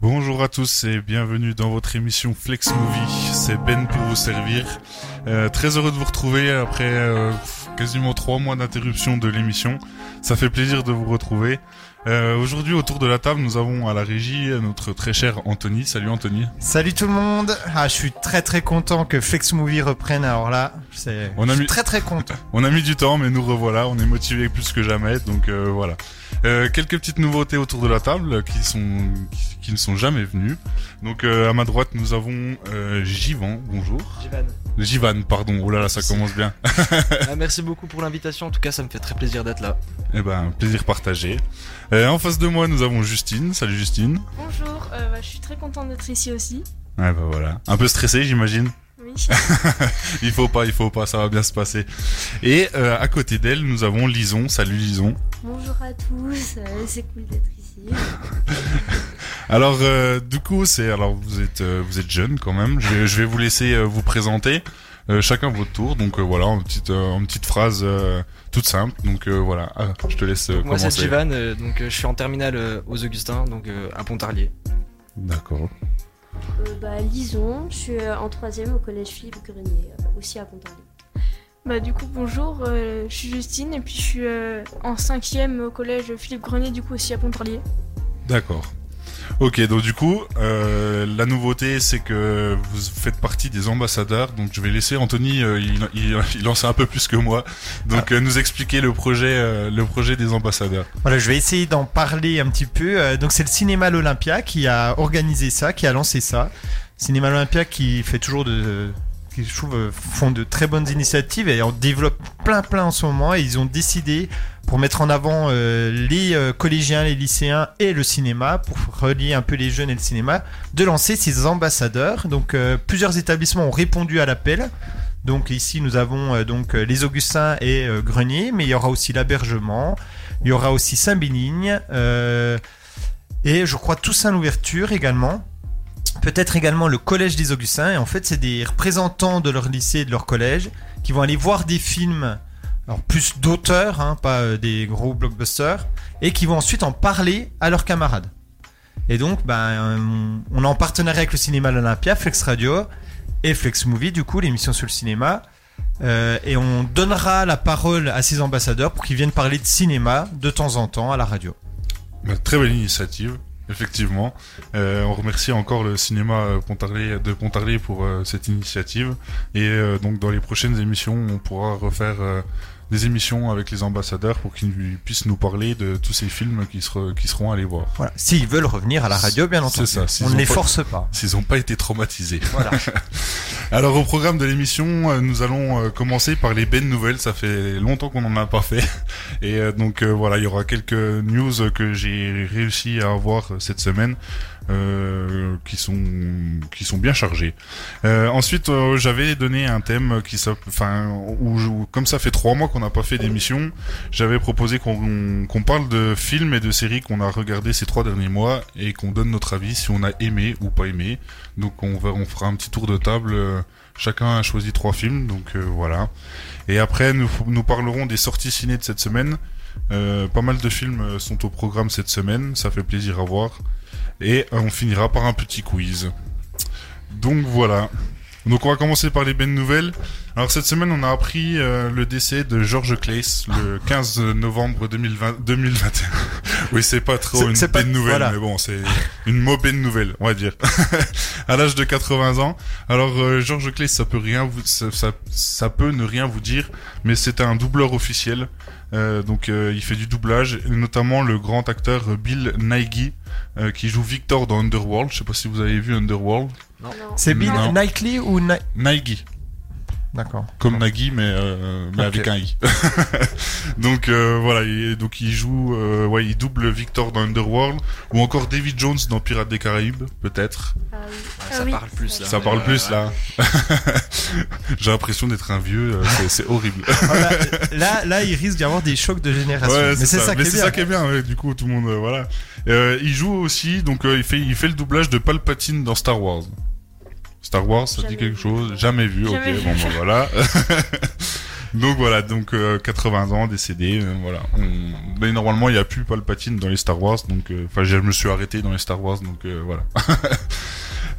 Bonjour à tous et bienvenue dans votre émission Flex Movie. C'est Ben pour vous servir. Euh, très heureux de vous retrouver après euh, quasiment trois mois d'interruption de l'émission. Ça fait plaisir de vous retrouver. Euh, Aujourd'hui, autour de la table, nous avons à la régie notre très cher Anthony. Salut Anthony. Salut tout le monde. Ah, je suis très très content que Flex Movie reprenne. Alors là, c'est On a je suis mis- très très content. On a mis du temps, mais nous revoilà. On est motivés plus que jamais, donc euh, voilà. Euh, quelques petites nouveautés autour de la table euh, qui sont qui, qui ne sont jamais venues. Donc euh, à ma droite, nous avons euh, Jivan. Bonjour. Jivan. Jivan, pardon. Oh là là, ça commence bien. Ah, merci beaucoup pour l'invitation, en tout cas ça me fait très plaisir d'être là. Eh ben, plaisir partagé. Euh, en face de moi, nous avons Justine. Salut Justine. Bonjour, euh, bah, je suis très contente d'être ici aussi. Ah bah voilà. Un peu stressé, j'imagine. Oui. Il faut pas, il faut pas, ça va bien se passer. Et euh, à côté d'elle, nous avons Lison. Salut Lison. Bonjour à tous, euh, c'est cool d'être ici. Alors euh, du coup, c'est alors vous êtes euh, vous êtes jeune quand même. Je vais, je vais vous laisser euh, vous présenter euh, chacun votre tour. Donc euh, voilà, une petite euh, une petite phrase euh, toute simple. Donc euh, voilà, Ah, je te laisse euh, Moi c'est commencer. Jivan, euh, donc euh, je suis en terminale euh, aux Augustins, donc euh, à Pontarlier. D'accord. Euh, bah, Lison, je suis euh, en troisième au collège Philippe Grenier, euh, aussi à Pontarlier. Bah, du coup, bonjour, euh, je suis Justine et puis je suis euh, en cinquième au collège Philippe Grenier, du coup aussi à Pontarlier. D'accord. Ok, donc du coup, euh, la nouveauté, c'est que vous faites partie des ambassadeurs. Donc je vais laisser Anthony, euh, il, il, il en sait un peu plus que moi, donc euh, nous expliquer le projet, euh, le projet des ambassadeurs. Voilà, je vais essayer d'en parler un petit peu. Euh, Donc c'est le Cinéma l'Olympia qui a organisé ça, qui a lancé ça. Cinéma l'Olympia qui fait toujours de qui je trouve euh, font de très bonnes initiatives et en développe plein plein en ce moment et ils ont décidé pour mettre en avant euh, les euh, collégiens, les lycéens et le cinéma pour relier un peu les jeunes et le cinéma de lancer ces ambassadeurs. Donc euh, plusieurs établissements ont répondu à l'appel. Donc ici nous avons euh, donc euh, les Augustins et euh, Grenier, mais il y aura aussi l'Abergement, il y aura aussi Saint-Bénigne. euh, et je crois Toussaint l'ouverture également. Peut-être également le Collège des Augustins. Et en fait, c'est des représentants de leur lycée et de leur collège qui vont aller voir des films, alors plus d'auteurs, hein, pas euh, des gros blockbusters, et qui vont ensuite en parler à leurs camarades. Et donc, ben, euh, on est en partenariat avec le cinéma l'Olympia, Flex Radio et Flex Movie, du coup, l'émission sur le cinéma. Euh, et on donnera la parole à ces ambassadeurs pour qu'ils viennent parler de cinéma de temps en temps à la radio. Bah, très belle initiative, effectivement. Euh, on remercie encore le cinéma euh, Pontarlier, de Pontarlier pour euh, cette initiative. Et euh, donc dans les prochaines émissions, on pourra refaire euh, des émissions avec les ambassadeurs pour qu'ils puissent nous parler de tous ces films qui, seront- qui seront allés voir. Voilà. S'ils veulent revenir à la radio, bien C'est entendu. ça, s'ils on ont ne les pas- force pas. S'ils n'ont pas été traumatisés. Voilà. Alors au programme de l'émission, euh, nous allons euh, commencer par les belles nouvelles. Ça fait longtemps qu'on n'en a pas fait. Et euh, donc euh, voilà, il y aura quelques news euh, que j'ai réussi à avoir euh, cette semaine. euh, qui sont qui sont bien chargées. Euh, ensuite, euh, j'avais donné un thème qui s'app- enfin où, où- comme ça fait trois mois qu'on n'a pas fait d'émission, j'avais proposé qu'on qu'on parle de films et de séries qu'on a regardé ces trois derniers mois et qu'on donne notre avis si on a aimé ou pas aimé. Donc on, va, on fera un petit tour de table. euh, Chacun a choisi trois films, donc euh, voilà. Et après, nous, f- nous parlerons des sorties ciné de cette semaine. Euh, pas mal de films euh, sont au programme cette semaine, ça fait plaisir à voir. Et euh, on finira par un petit quiz. Donc voilà. Donc on va commencer par les bonnes nouvelles. Alors cette semaine, on a appris euh, le décès de George Claes le Ah. 15 novembre 2020, 2021. oui, c'est pas trop C'est- une c'est bonne pas- nouvelle, voilà. mais bon, c'est une mauvaise nouvelle, on va dire. à l'âge de 80 ans. Alors euh, Georges Clé, ça peut rien vous, ça, ça, ça peut ne rien vous dire, mais c'est un doubleur officiel. Euh, donc euh, il fait du doublage, et notamment le grand acteur euh, Bill Nighy euh, qui joue Victor dans Underworld. Je sais pas si vous avez vu Underworld. Non. C'est Bill Non. Knightley ou Ni- Nighy, D'accord. comme Nagui, mais, euh, mais Ok. avec un i. donc euh, voilà, il, donc il joue, euh, ouais, il double Victor dans Underworld ou encore David Jones dans Pirates des Caraïbes, peut-être. Ah oui. Ouais, ça Ah oui. parle plus là. Ça parle Euh, plus ouais. là. J'ai l'impression d'être un vieux, euh, c'est- c'est horrible. Voilà, Ah, bah, là, là, il risque d'y avoir des chocs de génération. Ouais, mais c'est ça, qui mais est c'est bien. ça qui est bien. ouais, du coup, tout le monde, euh, voilà. Euh, il joue aussi, donc euh, il fait, il fait le doublage de Palpatine dans Star Wars. Star Wars, ça Jamais dit quelque vu. chose Jamais vu. Jamais ok, vu. bon, bah, voilà. Donc voilà, donc euh, 80 ans décédé, euh, voilà. On- Mais normalement, il n'y a plus Palpatine dans les Star Wars, donc euh, enfin, je me suis arrêté dans les Star Wars, donc euh, voilà.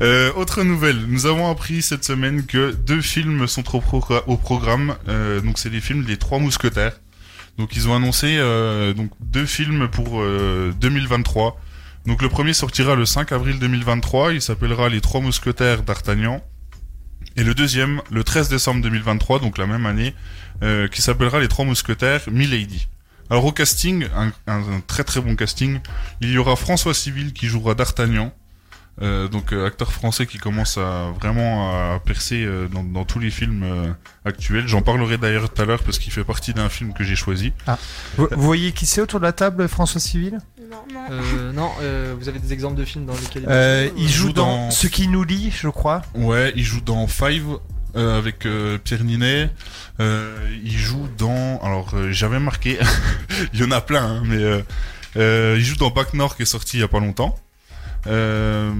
Euh, autre nouvelle, nous avons appris cette semaine que deux films sont au, progr- au programme. euh, donc c'est les films des Trois Mousquetaires. Donc ils ont annoncé euh, donc deux films pour euh, 2023. Donc le premier sortira le 5 avril 2023. Il s'appellera Les Trois Mousquetaires d'Artagnan. Et le deuxième, le 13 décembre 2023, donc la même année, euh, qui s'appellera Les Trois Mousquetaires Milady. Alors au casting, un, un- un très très bon casting, il y aura François Civil qui jouera D'Artagnan, euh, donc euh, acteur français qui commence à vraiment à percer euh, dans, dans tous les films euh, actuels. J'en parlerai d'ailleurs tout à l'heure parce qu'il fait partie d'un film que j'ai choisi. Vous, vous voyez qui c'est autour de la table, François Civil Non. Non. Euh, non, euh, vous avez des exemples de films dans lesquels Euh, Il joue joue dans dans- Ce qui nous lie, je crois. Ouais, il joue dans Five euh, avec euh, Pierre Ninet. Euh, il joue dans. Alors, euh, j'avais marqué. il y en a plein, hein, mais. euh, euh, il joue dans Back North qui est sorti il y a pas longtemps. Euh,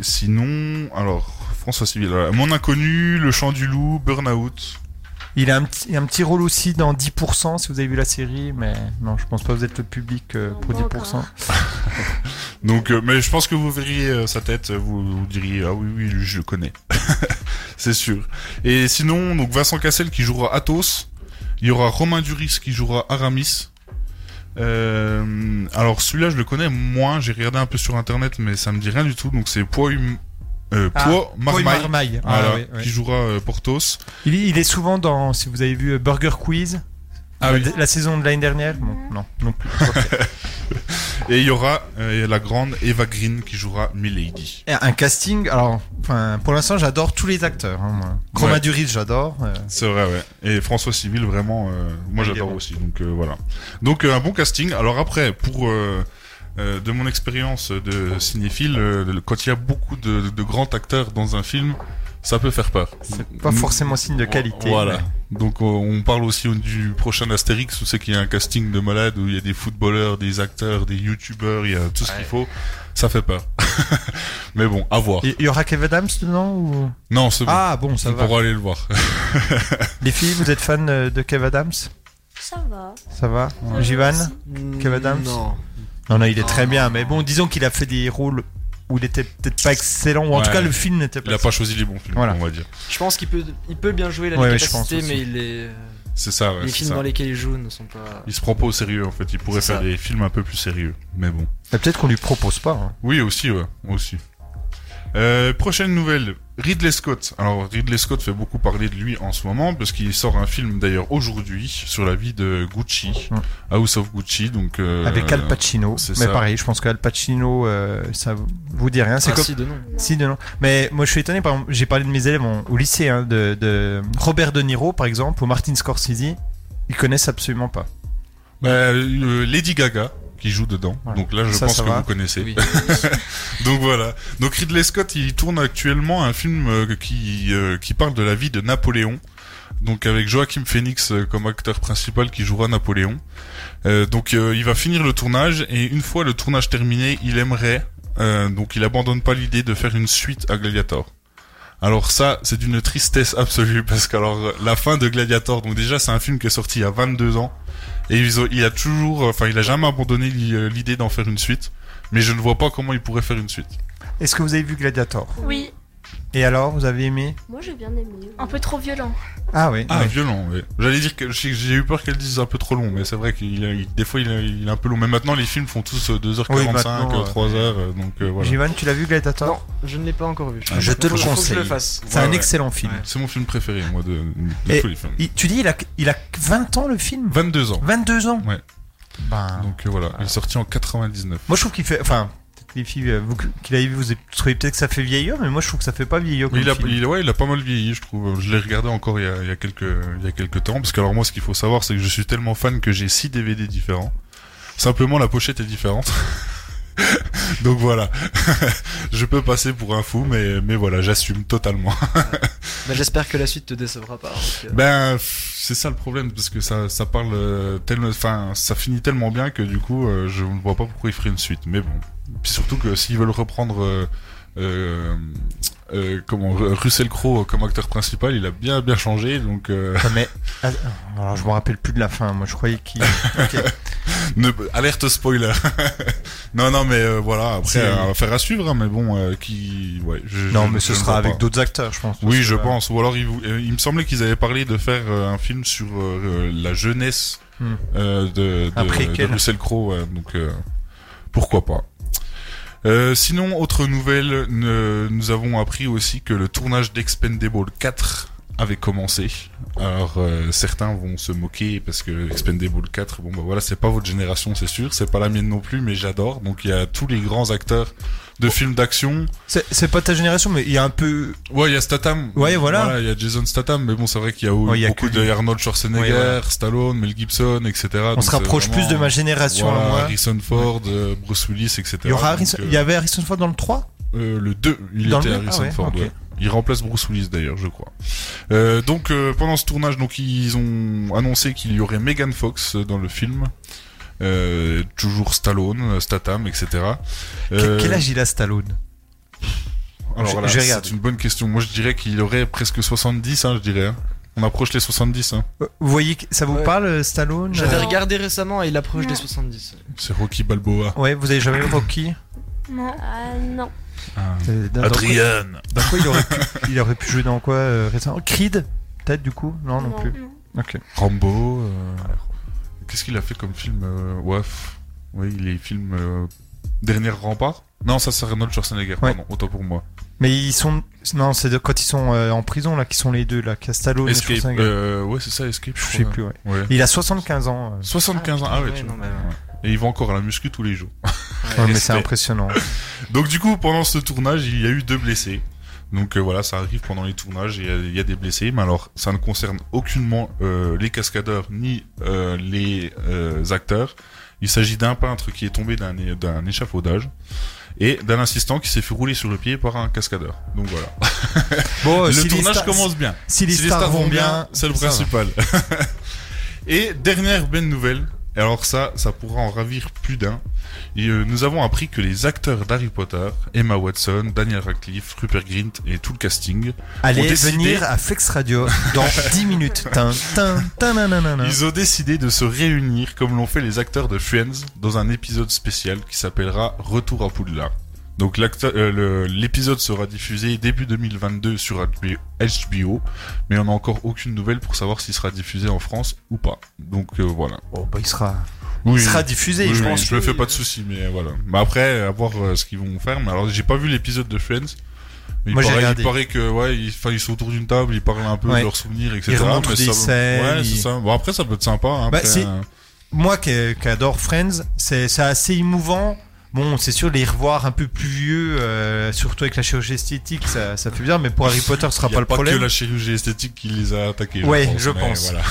sinon, alors, François Civil. voilà. Mon inconnu, Le Chant du Loup, Burnout. Il a un petit, un petit rôle aussi dans 10%, si vous avez vu la série, mais non, je pense pas que vous êtes le public euh, Non, pour pas 10%. encore. Donc, euh, mais je pense que vous verriez euh, sa tête, vous, vous diriez ah oui oui je le connais, c'est sûr. Et sinon donc Vincent Cassel qui jouera Athos, il y aura Romain Duris qui jouera Aramis. Euh, alors celui-là je le connais moins, j'ai regardé un peu sur internet mais ça me dit rien du tout donc c'est Poy euh, Ah, Poy Marmaille, Paul Marmaille. Ah, voilà, oui, oui. qui jouera euh, Porthos. Il, il est souvent dans, si vous avez vu euh, Burger Quiz, Ah la, oui. la saison de l'année dernière. Bon, non, non plus. Et il y aura euh, la grande Eva Green qui jouera Milady. Et Un casting, alors, enfin, pour l'instant, j'adore tous les acteurs. Hein, moi. Romain Ouais. Duris, j'adore. euh, C'est vrai, ouais. Et François Civil, vraiment, euh, moi Il est j'adore bon. aussi. Donc euh, voilà. Donc euh, un bon casting. Alors après, pour euh, euh, de mon expérience de cinéphile, euh, le- quand il y a beaucoup de, de grands acteurs dans un film, ça peut faire peur. c'est pas forcément signe de qualité. Voilà. mais- Donc on- on parle aussi au- du prochain Astérix où c'est qu'il y a un casting de malades où il y a des footballeurs, des acteurs, des youtubeurs, il y a tout ce qu'il faut. Ça fait peur. Mais bon, à voir. Il il y aura Kevin Adams dedans ou... Non, c'est bon. Ah bon, ça on va. pourra aller le voir. Les filles, vous êtes fan euh, de Kev Adams Ça va. Ça va Euh, Ouais. Jivan Kev Kev Adams Non. Non, non, il est très Ah. bien, mais bon, disons qu'il a fait des rôles où il était peut-être pas excellent, ou en Ouais. tout cas le film n'était Il pas a excellent. pas choisi les bons films, Voilà. on va dire. Je pense qu'il peut, il peut bien jouer la Ouais, ouais, je pense capacité, aussi. mais il est, euh, C'est ça, ouais. les c'est films ça. dans lesquels il joue ne sont pas. Il se prend pas au sérieux en fait. Il pourrait C'est faire ça. des films un peu plus sérieux. Mais bon. Mais Peut-être qu'on lui propose pas. hein. Oui, aussi, ouais. Aussi. Euh, prochaine nouvelle, Ridley Scott. Alors Ridley Scott fait beaucoup parler de lui en ce moment parce qu'il sort un film d'ailleurs aujourd'hui sur la vie de Gucci, Mm. House of Gucci, donc euh, Avec Al Pacino. c'est Mais ça. pareil, je pense qu'Al Pacino, euh, ça vous dit rien. C'est Ah, comme... si, de nom. Non. Si, non, non. Mais moi, je suis étonné. Par exemple, j'ai parlé de mes élèves en- au lycée, hein, de, de Robert De Niro, par exemple, ou Martin Scorsese. Ils connaissent absolument pas. bah, euh, Lady Gaga qui joue dedans. Voilà. Donc là, je Ça, pense ça que va. vous connaissez. Oui. Donc voilà. Donc Ridley Scott, il tourne actuellement un film euh, qui euh, qui parle de la vie de Napoléon. Donc avec Joachim Phoenix euh, comme acteur principal qui jouera Napoléon. Euh, donc euh, il va finir le tournage et une fois le tournage terminé, il aimerait euh, donc il abandonne pas l'idée de faire une suite à Gladiator. Alors ça, c'est d'une tristesse absolue parce que alors euh, la fin de Gladiator, donc déjà c'est un film qui est sorti il y a 22 ans et ils ont- il a toujours, enfin il a jamais abandonné l'i- euh, l'idée d'en faire une suite, mais je ne vois pas comment il pourrait faire une suite. Est-ce que vous avez vu Gladiator Oui, Et alors, vous avez aimé Moi j'ai bien aimé. oui. un peu trop violent. Ah oui. Ah, ouais. violent, oui. J'allais dire que j'ai j'ai eu peur qu'elle dise un peu trop long, mais c'est vrai qu'il a- il- des fois il, a- il est un peu long. Mais maintenant les films font tous euh, 2h45, Oui, maintenant, euh, ouais. 3h, euh, donc euh, voilà. Jivan, tu l'as vu Gladiator Non, je ne l'ai pas encore vu. Ah, je te le Faut- faut que conseille. je le fasse. C'est Ouais, un ouais. excellent film. Ouais. C'est mon film préféré, moi, de, de Et- tous les films. Il- tu dis, il a, il a 20 ans le film 22 ans. 22 ans Ouais. Ben, Donc euh, voilà, il est sorti en 99. Moi je trouve qu'il fait. Enfin, peut-être les filles, euh, vous qui l'avez vu, vous trouvez peut-être que ça fait vieilleur, mais moi je trouve que ça fait pas vieilleur. Comme Il a, film. il- ouais, il a pas mal vieilli, je trouve. Je l'ai regardé encore il y, a, il, y a quelques, il y a quelques temps. Parce que, alors, moi, ce qu'il faut savoir, c'est que je suis tellement fan que j'ai 6 DVD différents. Simplement, la pochette est différente. Donc voilà. je peux passer pour un fou, mais, mais voilà, j'assume totalement. Bah, J'espère que la suite te décevra pas. parce Bah, que- ben, pff, c'est ça le problème, parce que ça, ça parle euh, tellement. Enfin, ça finit tellement bien que du coup, euh, je ne vois pas pourquoi ils feraient une suite. Mais bon. Puis surtout que s'ils veulent reprendre. euh, euh, euh, comment Russell Crowe comme acteur principal, il a bien bien changé. Donc euh, Enfin, mais ah, alors, je me rappelle plus de la fin. Moi, je croyais qu'il. Ok. ne- alerte spoiler. non non mais euh, voilà C'est- après euh, affaire à suivre hein, mais bon euh, qui ouais. je- Non, je- mais je ce ne sera vois pas. avec d'autres acteurs, je pense. Oui, parce je que, pense. Ou alors, il, vou- euh, il me semblait qu'ils avaient parlé de faire euh, un film sur euh, euh, la jeunesse Hmm. euh, de, Un de, préquel. de Russell Crowe. ouais, donc, euh, pourquoi pas. Euh, sinon, autre nouvelle, ne- nous avons appris aussi que le tournage d'Expendable 4 avait commencé. Alors, euh, certains vont se moquer parce que Expendable 4, bon bah voilà, c'est pas votre génération, c'est sûr, c'est pas la mienne non plus, mais j'adore. Donc, il y a tous les grands acteurs de films d'action. C'est c'est pas ta génération, mais il y a un peu. Ouais, il y a Statham. Ouais, voilà. Il y a Jason Statham, mais bon, c'est vrai qu'il y a Ouais, il y a beaucoup que de lui. Arnold Schwarzenegger, Ouais, voilà. Stallone, Mel Gibson, etc. On se rapproche plus de ma génération. génération. à moi. Harrison Ford, euh, Bruce Willis, etc. Il y aura Harrison- Donc, euh, Il y avait Harrison Ford dans le 3 euh, le 2, il Dans était le deux Harrison Ah ouais, Ford. ok. ouais. Il remplace Bruce Willis d'ailleurs, je crois. Euh, donc euh, pendant ce tournage, donc ils ont annoncé qu'il y aurait Megan Fox euh, dans le film. Euh, toujours Stallone, euh, Statham, etc. Que- Euh, Quel âge il a Stallone alors Je- voilà, je regarde. c'est une bonne question. Moi, je dirais qu'il aurait presque 70, hein, je dirais. hein. On approche les 70, hein. Euh, Vous voyez, que- ça vous Ouais. parle euh, Stallone J'avais Euh, Non. regardé récemment et il approche Non. des 70. C'est Rocky Balboa. Euh, Ouais, vous avez jamais vu Rocky Non. Ah non. Euh, dans- dans quoi- Dans quoi il aurait pu, il aurait pu jouer dans quoi euh, récemment Creed Peut-être du coup Non, non, Non. plus. non. Ok. Rambo. euh, Qu'est-ce qu'il a fait comme film euh, Ouais, pff, oui, les films euh, Dernier Rempart. Non, ça c'est Arnold Schwarzenegger. Ouais. Pardon, autant pour moi. Mais ils sont. Non, c'est de- quand ils sont euh, en prison là, qui sont les deux là, qui a Stallone et Escape. Schwarzenegger. euh, ouais, c'est ça, Escape. Je crois. sais plus, ouais. Ouais. Il a 75 ans. euh. 75 ans. Ah ouais, ouais, tu non, vois. mais ouais. Ouais. Et il va encore à la muscu tous les jours. Ouais, mais Respect. c'est impressionnant. Donc du coup, pendant ce tournage, il y a eu deux blessés. Donc euh, voilà, ça arrive pendant les tournages, il y a- il y, a des blessés, mais alors ça ne concerne aucunement euh, les cascadeurs ni euh, les euh, acteurs. Il s'agit d'un peintre qui est tombé d'un é- d'un échafaudage et d'un assistant qui s'est fait rouler sur le pied par un cascadeur. Donc voilà. Bon, euh, le si les tournage stars- commence bien. Si les, stars, vont bien, c'est le ça va. principal. et dernière bonne nouvelle. Et alors ça, ça pourra en ravir plus d'un. Et, euh, nous avons appris que les acteurs d'Harry Potter, Emma Watson, Daniel Radcliffe, Rupert Grint et tout le casting, Allez ont décidé- venir à Flex Radio dans 10 minutes. Tin, tin, tin, nan, nan, nan, nan. ils ont décidé de se réunir comme l'ont fait les acteurs de Friends dans un épisode spécial qui s'appellera Retour à Poudlard. Donc l'acteur- euh, le- l'épisode sera diffusé début 2022 sur HBO, HBO, mais on n'a encore aucune nouvelle pour savoir s'il sera diffusé en France ou pas. Donc euh, voilà. Oh, bah, il sera, Oui, il sera diffusé, Oui, je oui, pense. je me fais pas de soucis, mais voilà. Mais après, à voir euh, ce qu'ils vont faire. Mais alors, j'ai pas vu l'épisode de Friends. Mais il, Moi, j'ai paraît, regardé. il paraît que, ouais, ils, enfin, ils sont autour d'une table, ils parlent un peu Ouais. de leurs souvenirs, etc. Ils remontent Mais des ça- scènes, Ouais, ils- c'est ça. Bon, après, ça peut être sympa. hein, Bah, après, c'est- euh, Moi qui, qui adore Friends, c'est c'est assez émouvant. Bon, c'est sûr, les revoir un peu plus vieux, euh, surtout avec la chirurgie esthétique, ça, ça fait bien, mais pour Harry Potter, ce sera il y a pas le problème. que la chirurgie esthétique qui les a attaqués. Ouais, je mais pense. voilà.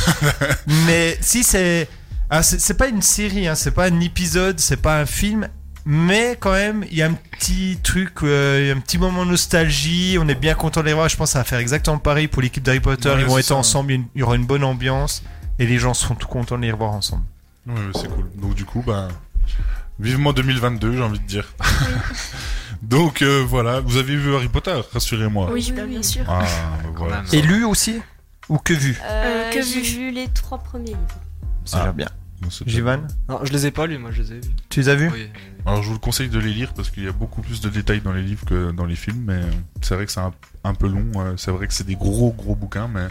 Mais si c'est. ah, c'est c'est pas une série, hein, c'est pas un épisode, c'est pas un film. Mais quand même, il y a un petit truc, euh, il y a un petit moment de nostalgie. On est bien content de les voir. Je pense que ça va faire exactement pareil pour l'équipe d'Harry Potter. Ouais, Ils vont c'est être ça. ensemble, il y a une- il y aura une bonne ambiance. Et les gens seront tout contents de les revoir ensemble. Ouais, ouais, c'est cool. Donc, du coup, bah, vivement 2022, j'ai envie de dire. Donc, euh, voilà. Vous avez vu Harry Potter, rassurez-moi. Oui, Oui, bah, bien oui. sûr. Ah, bah, voilà. même. Et lu aussi Ou que vu Euh, que j'ai vu. vu les trois premiers livres. Ça a l'air bien. C'est- Jivan, Non, je les ai pas lus, moi je les ai vus. tu les as vus Oui. Alors je vous le conseille de les lire parce qu'il y a beaucoup plus de détails dans les livres que dans les films, mais euh, c'est vrai que c'est un, un peu long, euh, c'est vrai que c'est des gros gros bouquins, mais,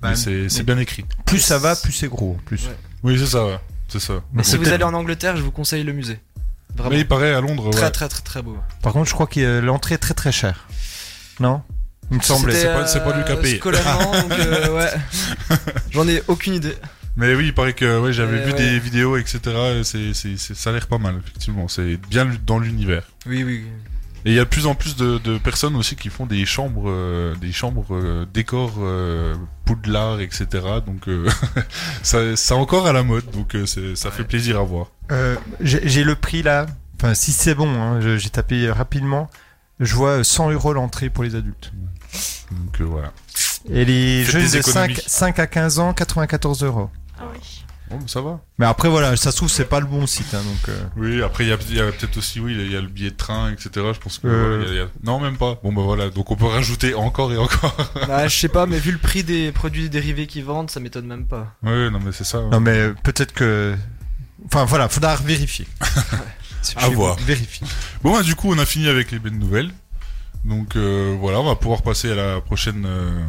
Bah, mais c'est c'est bien écrit. Plus ça va, plus c'est gros. Plus. Ouais. Oui c'est ça, ouais, c'est ça. Mais Donc, Si c'est vous peut-être- allez en Angleterre, je vous conseille le musée. Vraiment. Mais il paraît à Londres, ouais. Très très très très beau. Par contre, je crois que euh, l'entrée est très très chère. Non Il me semblait. C'était, c'est pas- c'est pas lui qui a euh, payé. Scolairement, donc euh, ouais. J'en ai aucune idée. Mais oui, il paraît que ouais, j'avais Euh, vu ouais. des vidéos, etc. et c'est c'est- c'est- ça a l'air pas mal, effectivement. C'est bien lu- dans l'univers. Oui, oui. Et il y a de plus en plus de, de personnes aussi qui font des chambres, euh, des chambres euh, décor euh, poudlard, etc. Donc euh, ça, ça encore à la mode, donc euh, c'est- ça fait plaisir à voir. Euh, j'ai j'ai le prix là. Enfin, si c'est bon, hein, je- j'ai tapé rapidement. Je vois euh, 100 euros l'entrée pour les adultes. Donc euh, voilà. Et les Faites jeunes des de 5, économies. 5 à 15 ans, 94 euros. Ah oui. Bon, bah, ça va. Mais après, voilà, ça se trouve, c'est pas le bon site. hein, donc, euh, Oui, après, il y a, il y a peut-être aussi, oui, il y a le billet de train, etc. Je pense que. Euh. voilà, il y a- il y a- Non, même pas. Bon, bah voilà, donc on peut rajouter encore et encore. Bah, je sais pas, mais vu le prix des produits dérivés qu'ils vendent, ça m'étonne même pas. ouais, non, mais c'est ça. ouais. Non, mais euh, peut-être que. Enfin, voilà, faudra vérifier. À voir. Vérifier. Bon, bah, du coup, on a fini avec les bonnes nouvelles. Donc, euh, voilà, on va pouvoir passer à la prochaine, euh,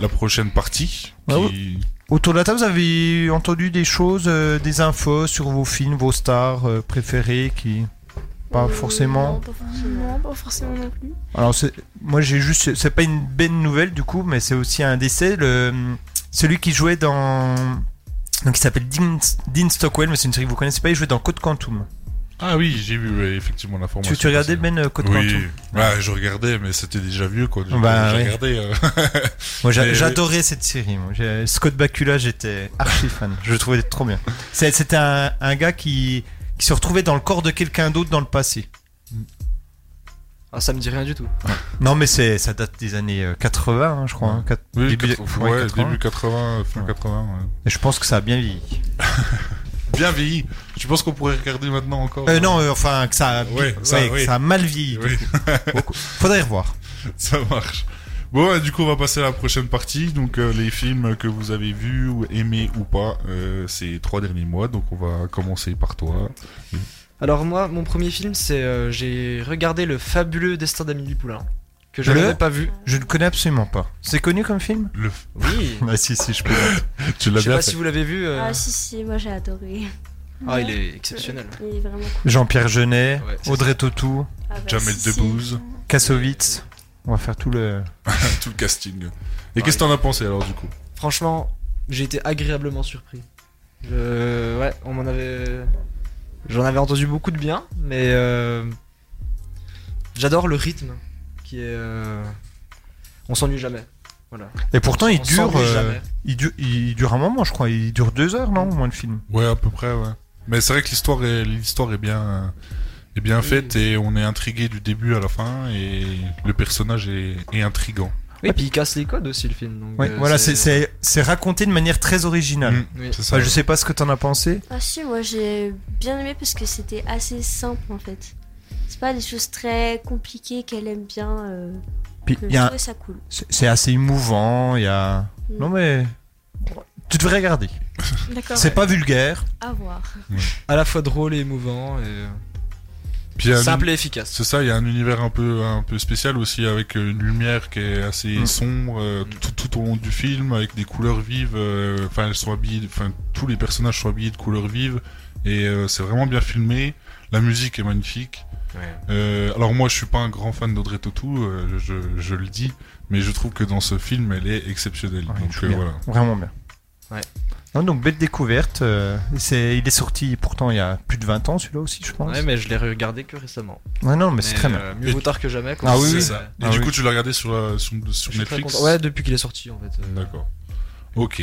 la prochaine partie. Ah qui- Autour de la table, vous avez entendu des choses, euh, des infos sur vos films, vos stars euh, préférées qui. Pas Euh, forcément. non, pas forcément. Non, pas forcément non plus. Alors, c'est- moi, j'ai juste. C'est pas une bonne nouvelle du coup, mais c'est aussi un décès. Le... Celui qui jouait dans. Donc, il s'appelle Dean... Dean Stockwell, mais c'est une série que vous connaissez pas. Il jouait dans Code Quantum. Ah oui, j'ai vu, ouais, effectivement, la Tu, formation. tu regardais Ben euh, Code Oui, Quantum ouais, je regardais, mais c'était déjà vieux, quoi. J'ai Bah, j'ai ouais. regardé. euh. Moi, j'a- Mais oui. j'adorais cette série. moi. J'ai- Scott Bakula, j'étais archi fan. Je le trouvais trop bien. C'est- C'était un, un gars qui, qui se retrouvait dans le corps de quelqu'un d'autre dans le passé. Ah, ça me dit rien du tout. Non, mais c'est ça date des années euh, 80, hein, je crois. hein, quat- Oui, début- 80, ouais, ouais, 80. début 80, fin Ouais. 80. ouais. Et je pense que ça a bien vieilli. Bien vieilli. Tu penses qu'on pourrait regarder maintenant encore Euh, non, euh, enfin, que ça, a- Ouais, ouais, ça, que oui. ça a mal vieilli. Oui, Beaucoup. Faudrait y revoir. ça marche. Bon, ouais, du coup, on va passer à la prochaine partie. Donc, euh, les films que vous avez vus ou aimés ou pas euh, ces trois derniers mois. Donc, on va commencer par toi. Alors moi, mon premier film, c'est euh, j'ai regardé le fabuleux Destin d'Amélie Poulain que je Le n'avais pas vu. Je ne connais absolument pas. C'est connu comme film Le... f- Oui. Ah si, si, je peux. Tu Je l'as sais bien pas fait. si vous l'avez vu. euh, Ah si si, moi j'ai adoré. ah, il est exceptionnel. Il est vraiment cool. Jean-Pierre Jeunet, Ouais, c'est Audrey Tautou, Ah, bah, Jamel si, si. Debbouze, Kassovitz. On va faire tout le. tout le casting. Et qu'est-ce que t'en as pensé alors, du coup Franchement, j'ai été agréablement surpris. Je- Ouais, on m'en avait. J'en avais entendu beaucoup de bien, mais euh, j'adore le rythme qui est. euh, On s'ennuie jamais. Voilà. Et pourtant, il On dure, s'ennuie euh, jamais. il dure, il dure un moment, je crois. Il dure deux heures, non, au moins le film. Ouais, à peu près, ouais. Mais c'est vrai que l'histoire est, l'histoire est bien, euh, est bien Oui. faite et on est intrigué du début à la fin et le personnage est, est intrigant. Oui, et puis il casse les codes aussi le film. donc, Ouais, euh, voilà, c'est- c'est c'est raconté de manière très originale. Mm, Oui. C'est ça. Enfin, je sais pas ce que t'en as pensé. Ah si, moi j'ai bien aimé parce que c'était assez simple en fait. C'est pas des choses très compliquées qu'elle aime bien. euh, Puis que il je y a, un- trouvais ça cool. c'est c'est assez émouvant. Il y a. Mm. Non mais. Tu devrais regarder. D'accord. C'est pas vulgaire. À voir. à la fois drôle et émouvant et Puis il y a un- simple et efficace. C'est ça, il y a un univers un peu, un peu spécial aussi, avec euh, une lumière qui est assez Mm. sombre euh, tout, tout au long du film, avec des couleurs vives. euh, Enfin, elles sont habillées, enfin, tous les personnages sont habillés de couleurs vives, et euh, c'est vraiment bien filmé. La musique est magnifique. Euh, alors moi, je suis pas un grand fan d'Audrey Tautou, euh, je, je le dis, mais je trouve que dans ce film, elle est exceptionnelle. Ouais, Donc je euh, bien. voilà. Vraiment bien. Ouais. Non, donc belle découverte. euh, c'est, il est sorti pourtant il y a plus de 20 ans celui-là aussi, je pense. Ouais, mais je l'ai regardé que récemment. Ouais, non, mais, c'est très bien. euh, mieux vaut tard que jamais. quand Ah on oui, sait, oui. C'est euh, ça. Et Ah du oui. coup, tu l'as regardé sur, la- sur, sur je suis très Netflix content. Ouais, depuis qu'il est sorti en fait. euh, D'accord. Ok.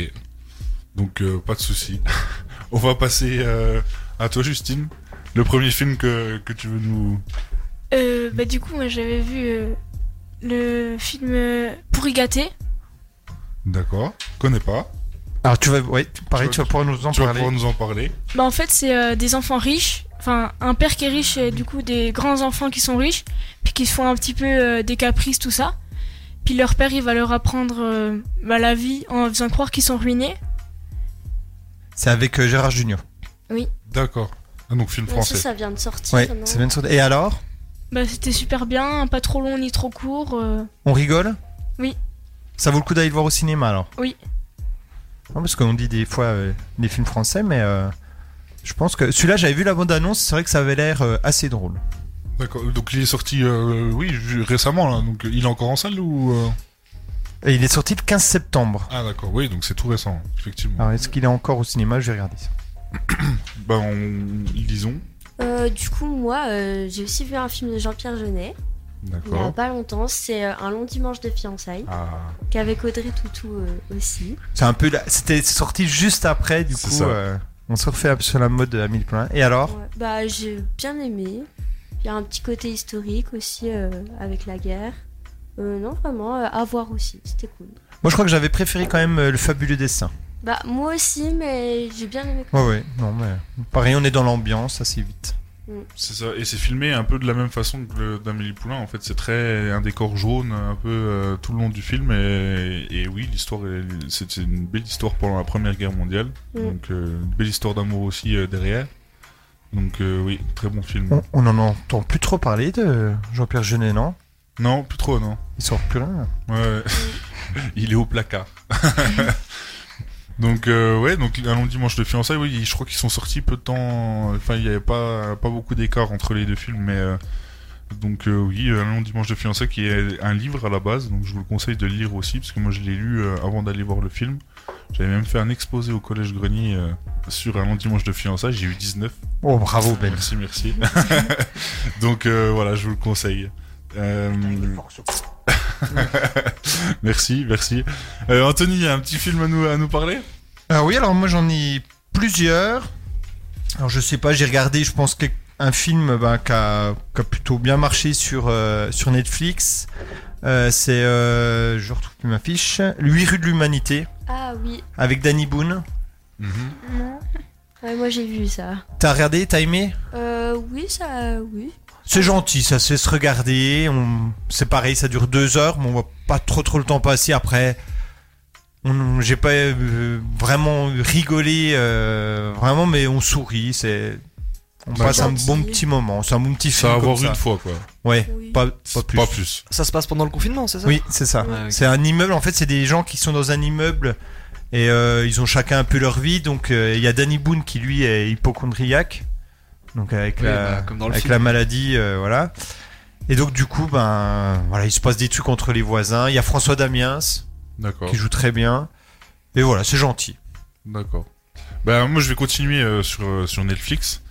Donc, euh, pas de souci. On va passer euh, à toi, Justine. Le premier film que, que tu veux nous. Euh, bah du coup, moi j'avais vu euh, le film euh, Pourri gâté. D'accord. Connais pas. Alors tu vas, ouais, tu- pareil, Tu tu, vas- vas pouvoir nous en tu vas parler. pouvoir nous en parler. Bah en fait, c'est euh, des enfants riches, enfin un père qui est riche et du coup des grands enfants qui sont riches, puis qui se font un petit peu euh, des caprices tout ça. Puis leur père, il va leur apprendre euh, bah, la vie en faisant croire qu'ils sont ruinés. C'est avec euh, Gérard Junior. D'accord. Ah, donc, film Mais ça, français. ça vient de sortir. Ouais, non c'est bien sorti. Et alors, Bah c'était super bien, pas trop long ni trop court. euh. on rigole Oui. Ça vaut le coup d'aller le voir au cinéma alors. Oui. Non, parce qu'on dit des fois euh, les films français, mais euh, je pense que celui-là j'avais vu la bande-annonce. C'est vrai que ça avait l'air euh, assez drôle. D'accord. Donc, il est sorti, euh, oui, ju- récemment. Là. Donc, il est encore en salle ou. euh Et il est sorti le 15 septembre. Ah, d'accord. Oui, donc c'est tout récent, effectivement. Alors est-ce qu'il est encore au cinéma Je vais regarder ça. Bah, on... lisons. Euh, du coup, moi, euh, j'ai aussi vu un film de Jean-Pierre Jeunet il y a D'accord. pas longtemps. C'est euh, Un long dimanche de fiançailles, Ah. qu'avec Audrey Toutou euh, aussi. C'est un peu, la- c'était sorti juste après du C'est coup. ça. euh, on se refait sur la mode de la mille plein. Et Ah. alors Ouais. Bah, j'ai bien aimé. Il y a un petit côté historique aussi euh, avec la guerre. Euh, non, vraiment, euh, à voir aussi. C'était cool. Moi, je crois que j'avais préféré quand même euh, le fabuleux dessin. Bah, moi aussi, mais j'ai bien aimé. Ouais, ouais, non, mais pareil, on est dans l'ambiance assez vite. C'est ça, et c'est filmé un peu de la même façon que le d'Amélie Poulain. En fait, c'est très un décor jaune un peu euh, tout le long du film. Et, et oui, l'histoire, est- c'est c'est une belle histoire pendant la Première Guerre mondiale. Mm. Donc, euh, une belle histoire d'amour aussi euh, derrière. Donc, euh, oui, très bon film. On, on en entend plus trop parler de Jean-Pierre Jeunet, non Non, plus trop, non. Il sort plus rien. Ouais. Il est au placard. donc euh, ouais, donc un long dimanche de fiançailles. Oui, je crois qu'ils sont sortis peu de temps. Enfin, il n'y avait pas pas beaucoup d'écart entre les deux films, mais euh, donc euh, oui, un long dimanche de fiançailles qui est un livre à la base. Donc je vous le conseille de le lire aussi parce que moi je l'ai lu euh, avant d'aller voir le film. J'avais même fait un exposé au collège Grenier euh, sur un long dimanche de fiançailles. J'ai eu 19. Oh, bravo, Ben. Merci, merci. donc euh, voilà, je vous le conseille. Euh, merci, merci. Euh, Anthony, un petit film à nous, à nous parler Ah oui, alors moi j'en ai plusieurs. Alors je sais pas, j'ai regardé, je pense, quel- un film ben, qui a, qui a plutôt bien marché sur, euh, sur Netflix. Euh, c'est, euh, je retrouve plus ma fiche, L'Huit rues de l'humanité, Ah oui, avec Danny Boone. Mhm. Ouais, moi j'ai vu ça. T'as regardé, t'as aimé Euh, oui, ça, oui. C'est gentil, ça se laisse regarder. On... C'est pareil, ça dure deux heures, mais on voit pas trop trop le temps passer après. On- J'ai pas euh, vraiment rigolé, euh, vraiment, mais on sourit. C'est on Bah, passe un gentil. bon petit moment. C'est un bon petit film Ça va comme avoir ça. une fois, quoi. Ouais, Oui. pas, pas plus. Pas plus. Ça se passe pendant le confinement, c'est ça Oui, c'est ça. Ouais, ok. C'est un immeuble. En fait, c'est des gens qui sont dans un immeuble et euh, ils ont chacun un peu leur vie. Donc, euh, il y a Danny Boone qui lui est hypochondriaque, donc avec Oui, la, bah, comme dans le avec film. la maladie, euh, voilà. Et donc, du coup, ben voilà, il se passe des trucs entre les voisins. Il y a François Damiens D'accord. qui joue très bien. Et voilà, c'est gentil. D'accord. Bah moi je vais continuer euh, sur, euh, sur Netflix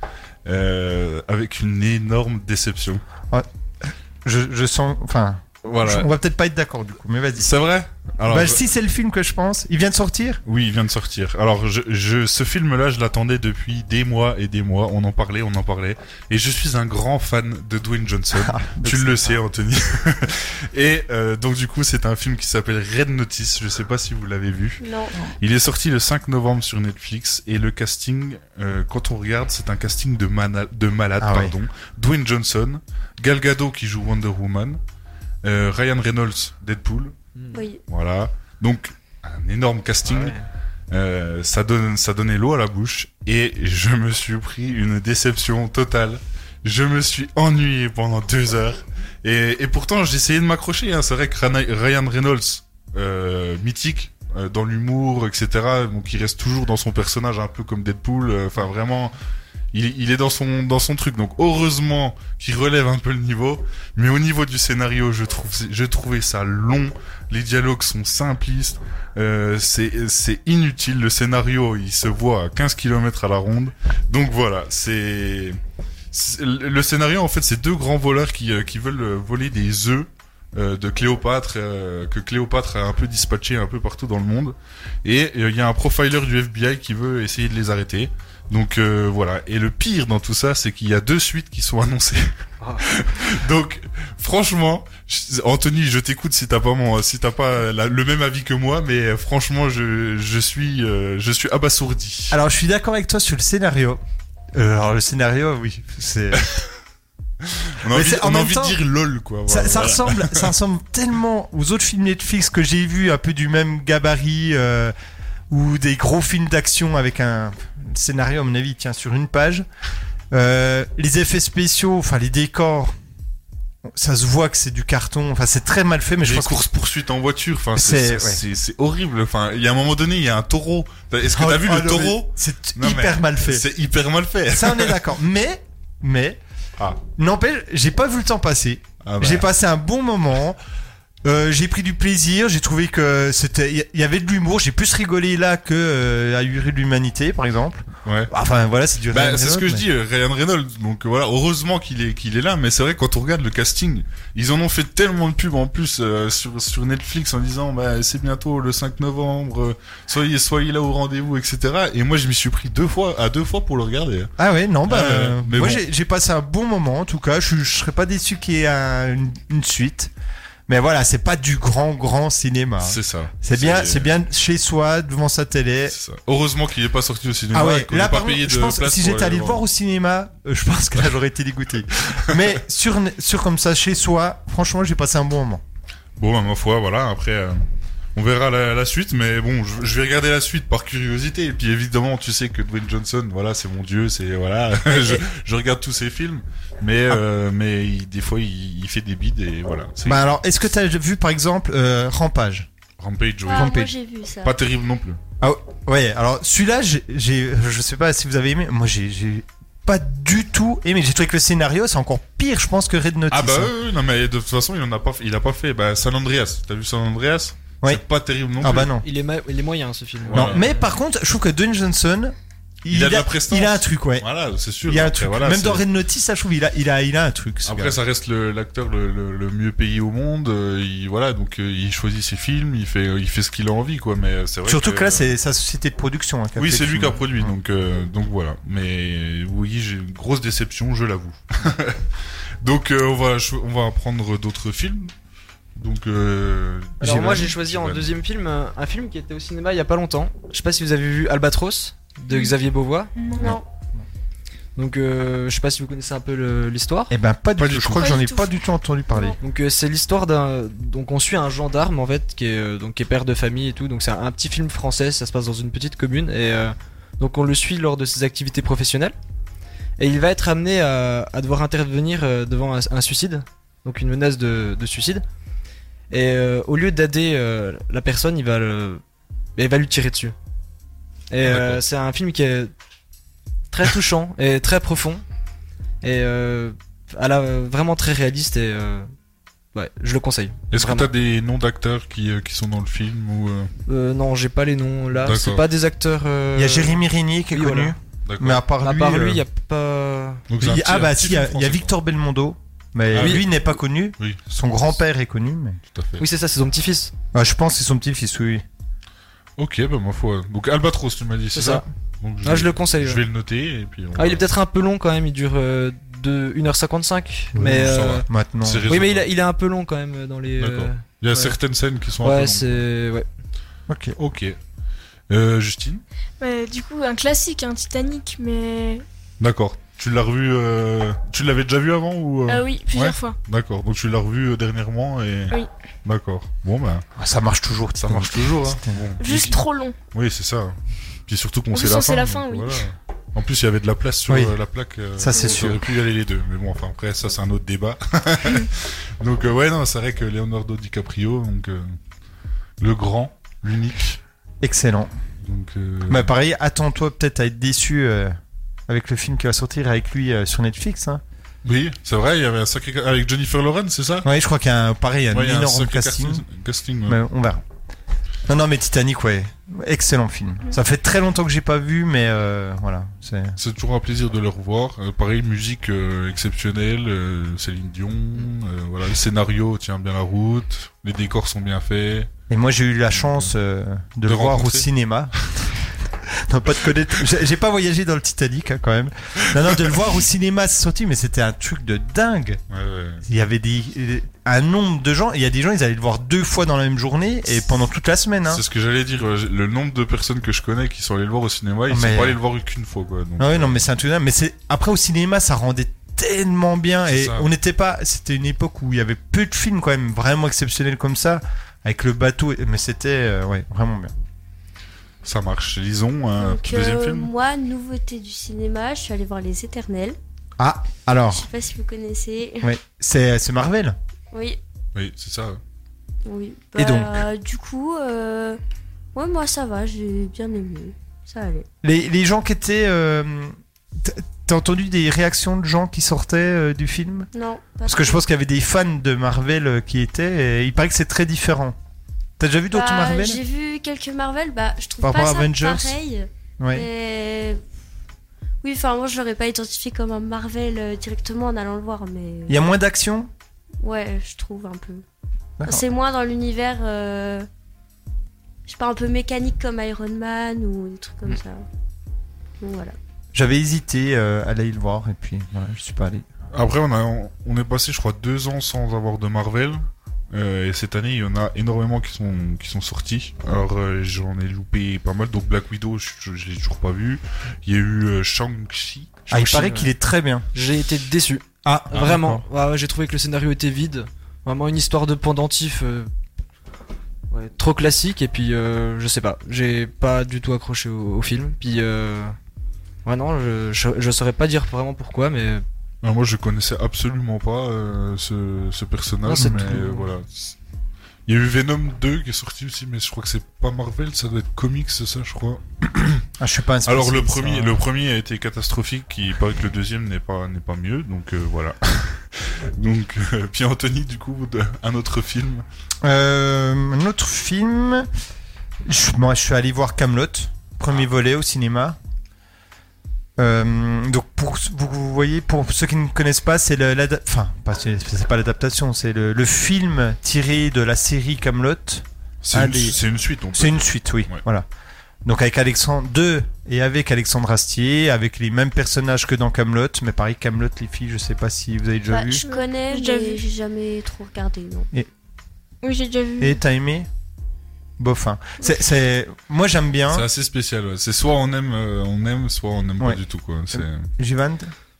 euh, avec une énorme déception. Je, je sens, enfin, je- Voilà. on va peut-être pas être d'accord du coup, mais vas-y. C'est vrai Alors, Bah, Ben, je- Si c'est le film que je pense, il vient de sortir. Oui, il vient de sortir. Alors, je, je, ce film-là, je l'attendais depuis des mois et des mois. On en parlait, on en parlait. Et je suis un grand fan de Dwayne Johnson. Ah, tu le sais, Anthony. et euh, donc, du coup, c'est un film qui s'appelle Red Notice. Je sais pas si vous l'avez vu. Non. Il est sorti le 5 novembre sur Netflix. Et le casting, euh, quand on regarde, c'est un casting de, mana- de malade. Ah ouais. pardon. Dwayne Johnson, Gal Gadot qui joue Wonder Woman, euh, Ryan Reynolds, Deadpool. Oui. Voilà. Donc, un énorme casting. Hmm. Ouais. Euh, ça donne ça donnait l'eau à la bouche et je me suis pris une déception totale. Je me suis ennuyé pendant deux heures et, et pourtant j'ai essayé de m'accrocher. Hein. C'est vrai que Rana- Ryan Reynolds, euh, mythique euh, dans l'humour, etc. Donc il reste toujours dans son personnage un peu comme Deadpool. euh, Enfin vraiment, il, il est dans son dans son truc. Donc heureusement qu'il relève un peu le niveau. Mais au niveau du scénario, je trouve je trouvais ça long. Les dialogues sont simplistes. Euh, c'est c'est inutile. Le scénario, il se voit à 15 km à la ronde. Donc voilà, c'est. c'est- Le scénario, en fait, c'est deux grands voleurs qui, euh, qui veulent euh, voler des œufs euh, de Cléopâtre, euh, que Cléopâtre a un peu dispatché un peu partout dans le monde. Et euh, il y a un profiler du FBI qui veut essayer de les arrêter. Donc euh, voilà. Et le pire dans tout ça, c'est qu'il y a deux suites qui sont annoncées. Ah. Donc franchement, je- Anthony, je t'écoute si t'as pas mon, si t'as pas la- le même avis que moi, mais euh, franchement, je, je suis, euh, je suis abasourdi. Alors, je suis d'accord avec toi sur le scénario. Euh, alors, le scénario, oui, c'est. On a mais envie, c'est- en on a même envie temps- de dire lol, quoi. Ça, Voilà, ça voilà. ressemble, ça ressemble tellement aux autres films Netflix que j'ai vus, un peu du même gabarit, euh, ou des gros films d'action avec un le scénario, à mon avis, il tient sur une page. Euh, les effets spéciaux, enfin les décors, ça se voit que c'est du carton, enfin c'est très mal fait, mais je Les pense que courses poursuites en voiture, enfin, C'est- c'est, c'est, ouais. c'est- c'est horrible. Enfin, il y a un moment donné, il y a un taureau. Est-ce que t'as Oh, vu oh, le non, taureau mais C'est Non, mais- hyper mal fait. C'est hyper mal fait. Ça, on est d'accord. Mais, mais, Ah. n'empêche, j'ai pas vu le temps passer. Ah bah. J'ai passé un bon moment. Euh, j'ai pris du plaisir. J'ai trouvé que c'était, il y- y avait de l'humour. J'ai plus rigolé là que euh, à Hurler de l'humanité, par exemple. Ouais. Enfin voilà, c'est du. Bah, Ryan c'est ce Reynolds, que je mais- dis, euh, Ryan Reynolds. Donc euh, voilà, heureusement qu'il est qu'il est là, mais c'est vrai que quand on regarde le casting, ils en ont fait tellement de pubs en plus euh, sur sur Netflix en disant bah c'est bientôt le 5 novembre, euh, soyez soyez là au rendez-vous, etc. Et moi je m'y suis pris deux fois à deux fois pour le regarder. Ah ouais, non bah. Ouais, euh, mais moi bon. j'ai- j'ai passé un bon moment en tout cas. Je, je serais pas déçu qu'il y ait un- une, une suite. Mais voilà, c'est pas du grand, grand cinéma. C'est ça. C'est bien, c'est bien chez soi, devant sa télé. c'est ça. Heureusement qu'il n'est pas sorti au cinéma. Eh. Ah et ouais, qu'on là n'ait pas par payé contre, de je pense que place si pour j'étais aller allé le voir voir. au cinéma, euh, je pense que là j'aurais été dégoûté. Mais sur, sur comme ça, chez soi, franchement, j'ai passé un bon moment. Bon, bah, ma foi, voilà. Après, euh, on verra la, la suite, mais bon, je, je vais regarder la suite par curiosité. Et puis, évidemment, tu sais que Dwayne Johnson, voilà, c'est mon dieu, c'est voilà, je, je regarde tous ses films, mais Ah. euh, mais il- des fois, il, il fait des bides et voilà. C'est Bah alors, est-ce que t'as vu par exemple euh, Rampage Rampage, oui. Ah, moi Rampage. j'ai vu ça. Pas terrible non plus. Ouais, alors celui-là, j'ai, j'ai- je sais pas si vous avez aimé, moi j'ai, j'ai pas du tout aimé. J'ai trouvé que le scénario c'est encore pire, je pense, que Red Notice. Ah bah hein. oui, oui, non mais de toute façon il en a pas fait, il a pas fait bah, San Andreas t'as vu San Andreas Oui. c'est pas terrible non Ah plus bah non. Il est, ma- il est moyen ce film. Voilà. Non, mais par contre, je trouve que Dwayne Johnson, Il a de la prestance. Il a un truc, ouais. voilà c'est sûr Il y a un Après, truc. voilà, Même c'est- dans Red Notice, ça, je trouve, il a, il a, il a un truc. ce après gars. ça reste le- l'acteur le, le, le mieux payé au monde euh, il, voilà donc euh, il choisit ses films il fait il fait ce qu'il a envie quoi mais euh, c'est vrai Surtout que, là, euh, c'est sa société de production. hein, qui a oui fait c'est le lui film. qui a produit donc euh, donc voilà mais oui j'ai une grosse déception je l'avoue donc euh, on va cho- on va prendre d'autres films donc euh, Alors moi j'ai Jérôme, choisi en Jérôme. deuxième film euh, un film qui était au cinéma il y a pas longtemps. Je sais pas si vous avez vu Albatros de Xavier Beauvois. Non. Donc euh, je sais pas si vous connaissez un peu le- l'histoire. Eh ben, pas du Pas tout. du Je tout. crois que Pas j'en ai du tout. pas du tout entendu parler. Non. Donc euh, c'est l'histoire d'un donc on suit un gendarme en fait qui est euh, donc qui est père de famille et tout. Donc c'est un, un petit film français, ça se passe dans une petite commune et euh, donc on le suit lors de ses activités professionnelles et il va être amené à, à devoir intervenir euh, devant un, un suicide, donc une menace de, de suicide. Et euh, au lieu d'aider euh, la personne, il va le bah, il va lui tirer dessus. Et euh, c'est un film qui est très touchant et très profond et euh, à la, vraiment très réaliste et euh, ouais, je le conseille. Est-ce que Vraiment. t'as des noms d'acteurs qui, euh, qui sont dans le film ou euh, Euh, non, j'ai pas les noms là. D'accord. C'est pas des acteurs. euh, Il y a Jérémy Régnier qui est oui, connu. voilà. d'accord. Mais à part À lui. part euh, lui, il y a pas. Donc, c'est un il y a- petit- Ah un bah petit si, il y a- film il y a français, Victor Belmondo. Mais Ah oui. lui n'est pas connu. quoi. Oui, Son grand-père est connu. Mais... tout à fait. Oui, c'est ça, c'est son petit-fils. Ah, je pense que c'est son petit-fils, oui. Ok, bah ma foi. Donc Albatros, tu m'as dit, c'est C'est ça, ça. Donc, Ah, je le conseille. je vais le noter et puis. on Ah, il est va- peut-être un peu long quand même. Il dure euh, de 1h55. Oui, mais. ça euh, va. Maintenant. C'est Oui, mais il, raisonnable. a- il est un peu long quand même dans les. euh, D'accord. Il y a ouais. certaines scènes qui sont un peu Ouais, longues. c'est. Ouais. Ok. Ok. Euh, Justine Bah, du coup, un classique, un Titanic, mais. D'accord. Tu l'as revu. euh, Tu l'avais déjà vu avant ou. euh, Ah oui, plusieurs Ouais. fois. D'accord. Donc tu l'as revu euh, dernièrement et. Oui. D'accord. Bon, bah. Ah, Ça marche toujours. Ça marche toujours, hein. C'était- Bon. Juste trop long. Oui, c'est ça. Puis surtout qu'on En sait plus, la fin. on sait la donc fin, oui. voilà. En plus, il y avait de la place sur Oui. euh, la plaque. euh, Ça, c'est donc, sûr. On aurait pu y aller les deux. Mais bon, enfin, après, ça, c'est un autre débat. donc, euh, ouais, non, c'est vrai que Leonardo DiCaprio, donc, euh, le grand, l'unique. Excellent. Donc, euh, Mais pareil, attends-toi peut-être à être déçu euh, avec le film qui va sortir avec lui euh, sur Netflix. Hein. Oui, c'est vrai, il y avait un sacré. ca- Avec Jennifer Lawrence, c'est ça Ouais, je crois qu'il y a un, pareil, un Ouais, il y a un énorme sacré casting. casting, ouais. Mais on verra. Mm. Non, non, mais Titanic, ouais. Excellent film. Ça fait très longtemps que j'ai pas vu, mais euh, voilà. C'est... C'est toujours un plaisir de le revoir. Euh, pareil, musique euh, exceptionnelle, euh, Céline Dion. euh, voilà, le scénario tient bien la route. Les décors sont bien faits. Et moi, j'ai eu la chance euh, de, De le voir au rencontrer. cinéma. non, pas de connaître. J'ai, j'ai pas voyagé dans le Titanic, hein, quand même. Non, non, de le voir au cinéma, c'est sorti, mais c'était un truc de dingue. Ouais, ouais. Il y avait des, un nombre de gens. Il y a des gens, ils allaient le voir deux fois dans la même journée et pendant toute la semaine. Hein. C'est ce que j'allais dire. euh, Le nombre de personnes que je connais qui sont allées le voir au cinéma, ils Mais- sont pas allés le voir qu'une fois, quoi. Donc, Ah oui, non, mais c'est un truc de dingue. Mais c'est après au cinéma, ça rendait tellement bien C'est et ça. on n'était pas. C'était une époque où il y avait peu de films quand même vraiment exceptionnels comme ça avec le bateau. et- Mais c'était euh, ouais vraiment bien. ça marche. Lisons. un Donc, deuxième euh, film. moi, nouveauté du cinéma, je suis allée voir Les Éternels. Ah Je alors sais pas si vous connaissez. ouais c'est c'est Marvel. Oui, Oui, c'est ça. oui. Et Bah, Du coup, euh, ouais, moi ça va, j'ai bien aimé. Ça allait. Les, les gens qui étaient euh, t- T'as entendu des réactions de gens qui sortaient euh, du film Non, pas Parce que je trop. pense qu'il y avait des fans de Marvel euh, qui étaient. Et il paraît que c'est très différent. T'as déjà vu d'autres Bah, Marvel J'ai vu quelques Marvel, bah je trouve Par pas rapport à ça Avengers pareil. Ouais. mais- Oui, enfin moi je l'aurais pas identifié comme un Marvel euh, directement en allant le voir, mais Il y a moins d'action. ouais, je trouve un peu. D'accord. C'est moins dans l'univers, euh, je sais pas, un peu mécanique comme Iron Man ou des trucs comme Hmm. ça. Donc voilà. J'avais hésité euh, à aller le voir et puis voilà, je suis pas allé. Après, on, a, on, on est passé, je crois, deux ans sans avoir de Marvel. Euh, et cette année, il y en a énormément qui sont, qui sont sortis. Alors, euh, j'en ai loupé pas mal. Donc, Black Widow, je, je l'ai toujours pas vu. Il y a eu euh, Shang-Chi. Ah, il Shang-Chi, paraît ouais. qu'il est très bien. J'ai été déçu. Ah, Vraiment. Ouais, ouais, j'ai trouvé que le scénario était vide. Vraiment une histoire de pendentif euh, ouais, trop classique. Et puis, euh, je sais pas. J'ai pas du tout accroché au, au film. Puis, euh, ouais, non, je, je, je saurais pas dire vraiment pourquoi, mais Alors, moi, je connaissais absolument pas euh, ce, ce Non, personnage, c'est mais tout. euh, voilà. Il y a eu Venom 2 qui est sorti aussi, mais je crois que c'est pas Marvel, ça doit être comics, ça, je crois. Ah, je suis pas un Alors le spécialiste, premier, hein. le premier a été catastrophique, il paraît que le deuxième n'est pas n'est pas mieux, donc euh, voilà. donc euh, puis Anthony du coup de- un autre film. Euh, un autre film. Je, moi, je suis allé voir Camelot, premier Ah. volet au cinéma. Euh, donc pour vous, vous voyez pour ceux qui ne connaissent pas c'est le- l'ada- enfin pas c'est c'est pas l'adaptation c'est le, le film tiré de la série Camelot C'est Ah, une, des- c'est une suite on peut. c'est une suite oui Ouais. voilà donc avec Alexandre 2 et avec Alexandre Astier avec les mêmes personnages que dans Camelot mais pareil Camelot les filles je sais pas si vous avez déjà Bah, vu je connais, J'ai déjà mais vu. j'ai jamais trop regardé. Non. Oui, j'ai déjà vu. et t'as aimé bof hein. c'est c'est- moi j'aime bien C'est assez spécial. ouais. C'est soit on aime euh, on aime, soit on aime Ouais. pas du tout quoi. C'est- Jivan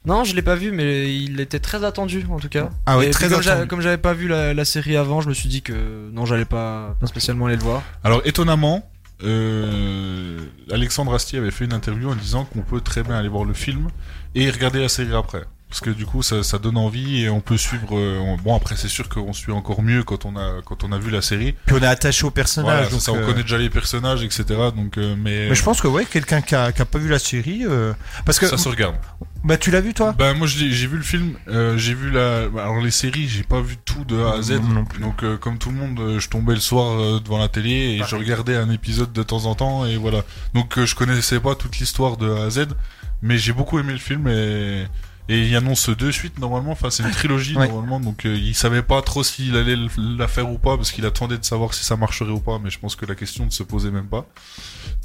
Non, je l'ai pas vu, mais il était très attendu en tout cas. Ah oui, Et puis très comme j'a- attendu. Comme j'avais pas vu la, la série avant, je me suis dit que non, j'allais pas, pas spécialement aller le voir. Alors étonnamment, euh, Alexandre Astier avait fait une interview en disant qu'on peut très bien aller voir le film et regarder la série après. Parce que du coup, ça, ça donne envie et on peut suivre. euh, on- bon, après, c'est sûr qu'on suit encore mieux quand on a quand on a vu la série. Puis on est attaché au Voilà, personnage. c'est donc, ça, on euh, connaît déjà les personnages, etc. Donc, euh, mais, Mais je pense que ouais, quelqu'un qui a, qui a pas vu la série, euh, parce que ça se regarde. bah tu l'as vu toi Ben moi, je l'ai- j'ai vu le film, euh, j'ai vu la. bah, Alors les séries, j'ai pas vu tout de A Bah, à Z. Non, non plus. Donc euh, comme tout le monde, euh, je tombais le soir euh, devant la télé et je regardais un épisode de temps en temps et voilà. Donc euh, je connaissais pas toute l'histoire de A à Z, mais j'ai beaucoup aimé le film et et il annonce deux suites normalement. Enfin c'est une trilogie Ouais. normalement, donc euh, il savait pas trop s'il allait le- la faire ou pas parce qu'il attendait de savoir si ça marcherait ou pas. Mais je pense que la question ne se posait même pas.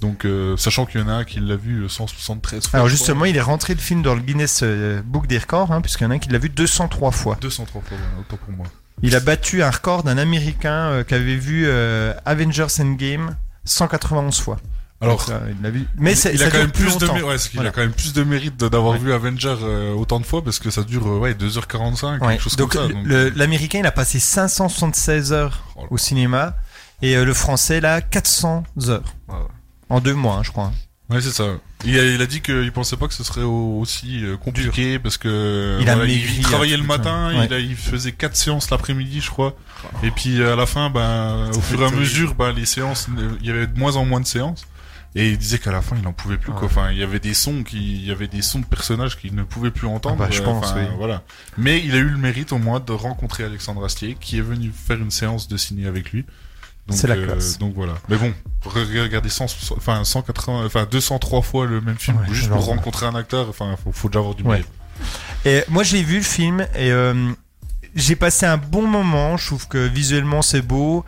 Donc euh, sachant qu'il y en a un qui l'a vu euh, 173 fois. Alors je crois. justement, il est rentré le film dans le Guinness euh, Book des records, hein, puisqu'il y en a un qui l'a vu 203 fois. 203 fois, voilà, autant pour moi. Il a battu un record d'un Américain euh, qui avait vu euh, Avengers Endgame 191 fois. Alors, Donc, euh, il l'a vu. Mais il- c'est- il ça a quand dure même plus de longtemps. mé- ouais, parce qu'il Voilà. a quand même plus de mérite de- d'avoir Ouais. vu Avenger euh, autant de fois parce que ça dure euh, ouais 2h45 Ouais. quelque chose Donc, comme ça. le- donc. euh. le- l'américain, il a passé 576 heures Oh là. au cinéma et euh, le français, là, 400 heures. Ah Ouais, ouais. En deux mois, hein, je crois. Ouais, c'est ça. Il a, il a dit qu'il pensait pas que ce serait au- aussi euh, compliqué parce que Il a voilà, maigri, il travaillait hein, le putain. matin, Ouais. il, a- il faisait quatre séances l'après-midi, je crois. Et puis euh, à la fin, ben au fur et à mesure, ben les séances, euh, il y avait de moins en moins de séances. Et il disait qu'à la fin, il en pouvait plus. Quoi. Enfin, il y avait des sons qui, il y avait des sons de personnages qu'il ne pouvait plus entendre. Ah bah, je euh, pense, enfin, oui. Voilà. Mais il a eu le mérite au moins de rencontrer Alexandre Astier, qui est venu faire une séance de ciné avec lui. Donc, C'est la euh, classe. Donc voilà. Mais bon, re- regardez 100, enfin 180, enfin 203 fois le même film Ouais, juste alors- pour rencontrer un acteur. Enfin, faut, faut déjà avoir du Ouais. mérite. Et moi, je l'ai vu le film et euh, j'ai passé un bon moment. Je trouve que visuellement, c'est beau.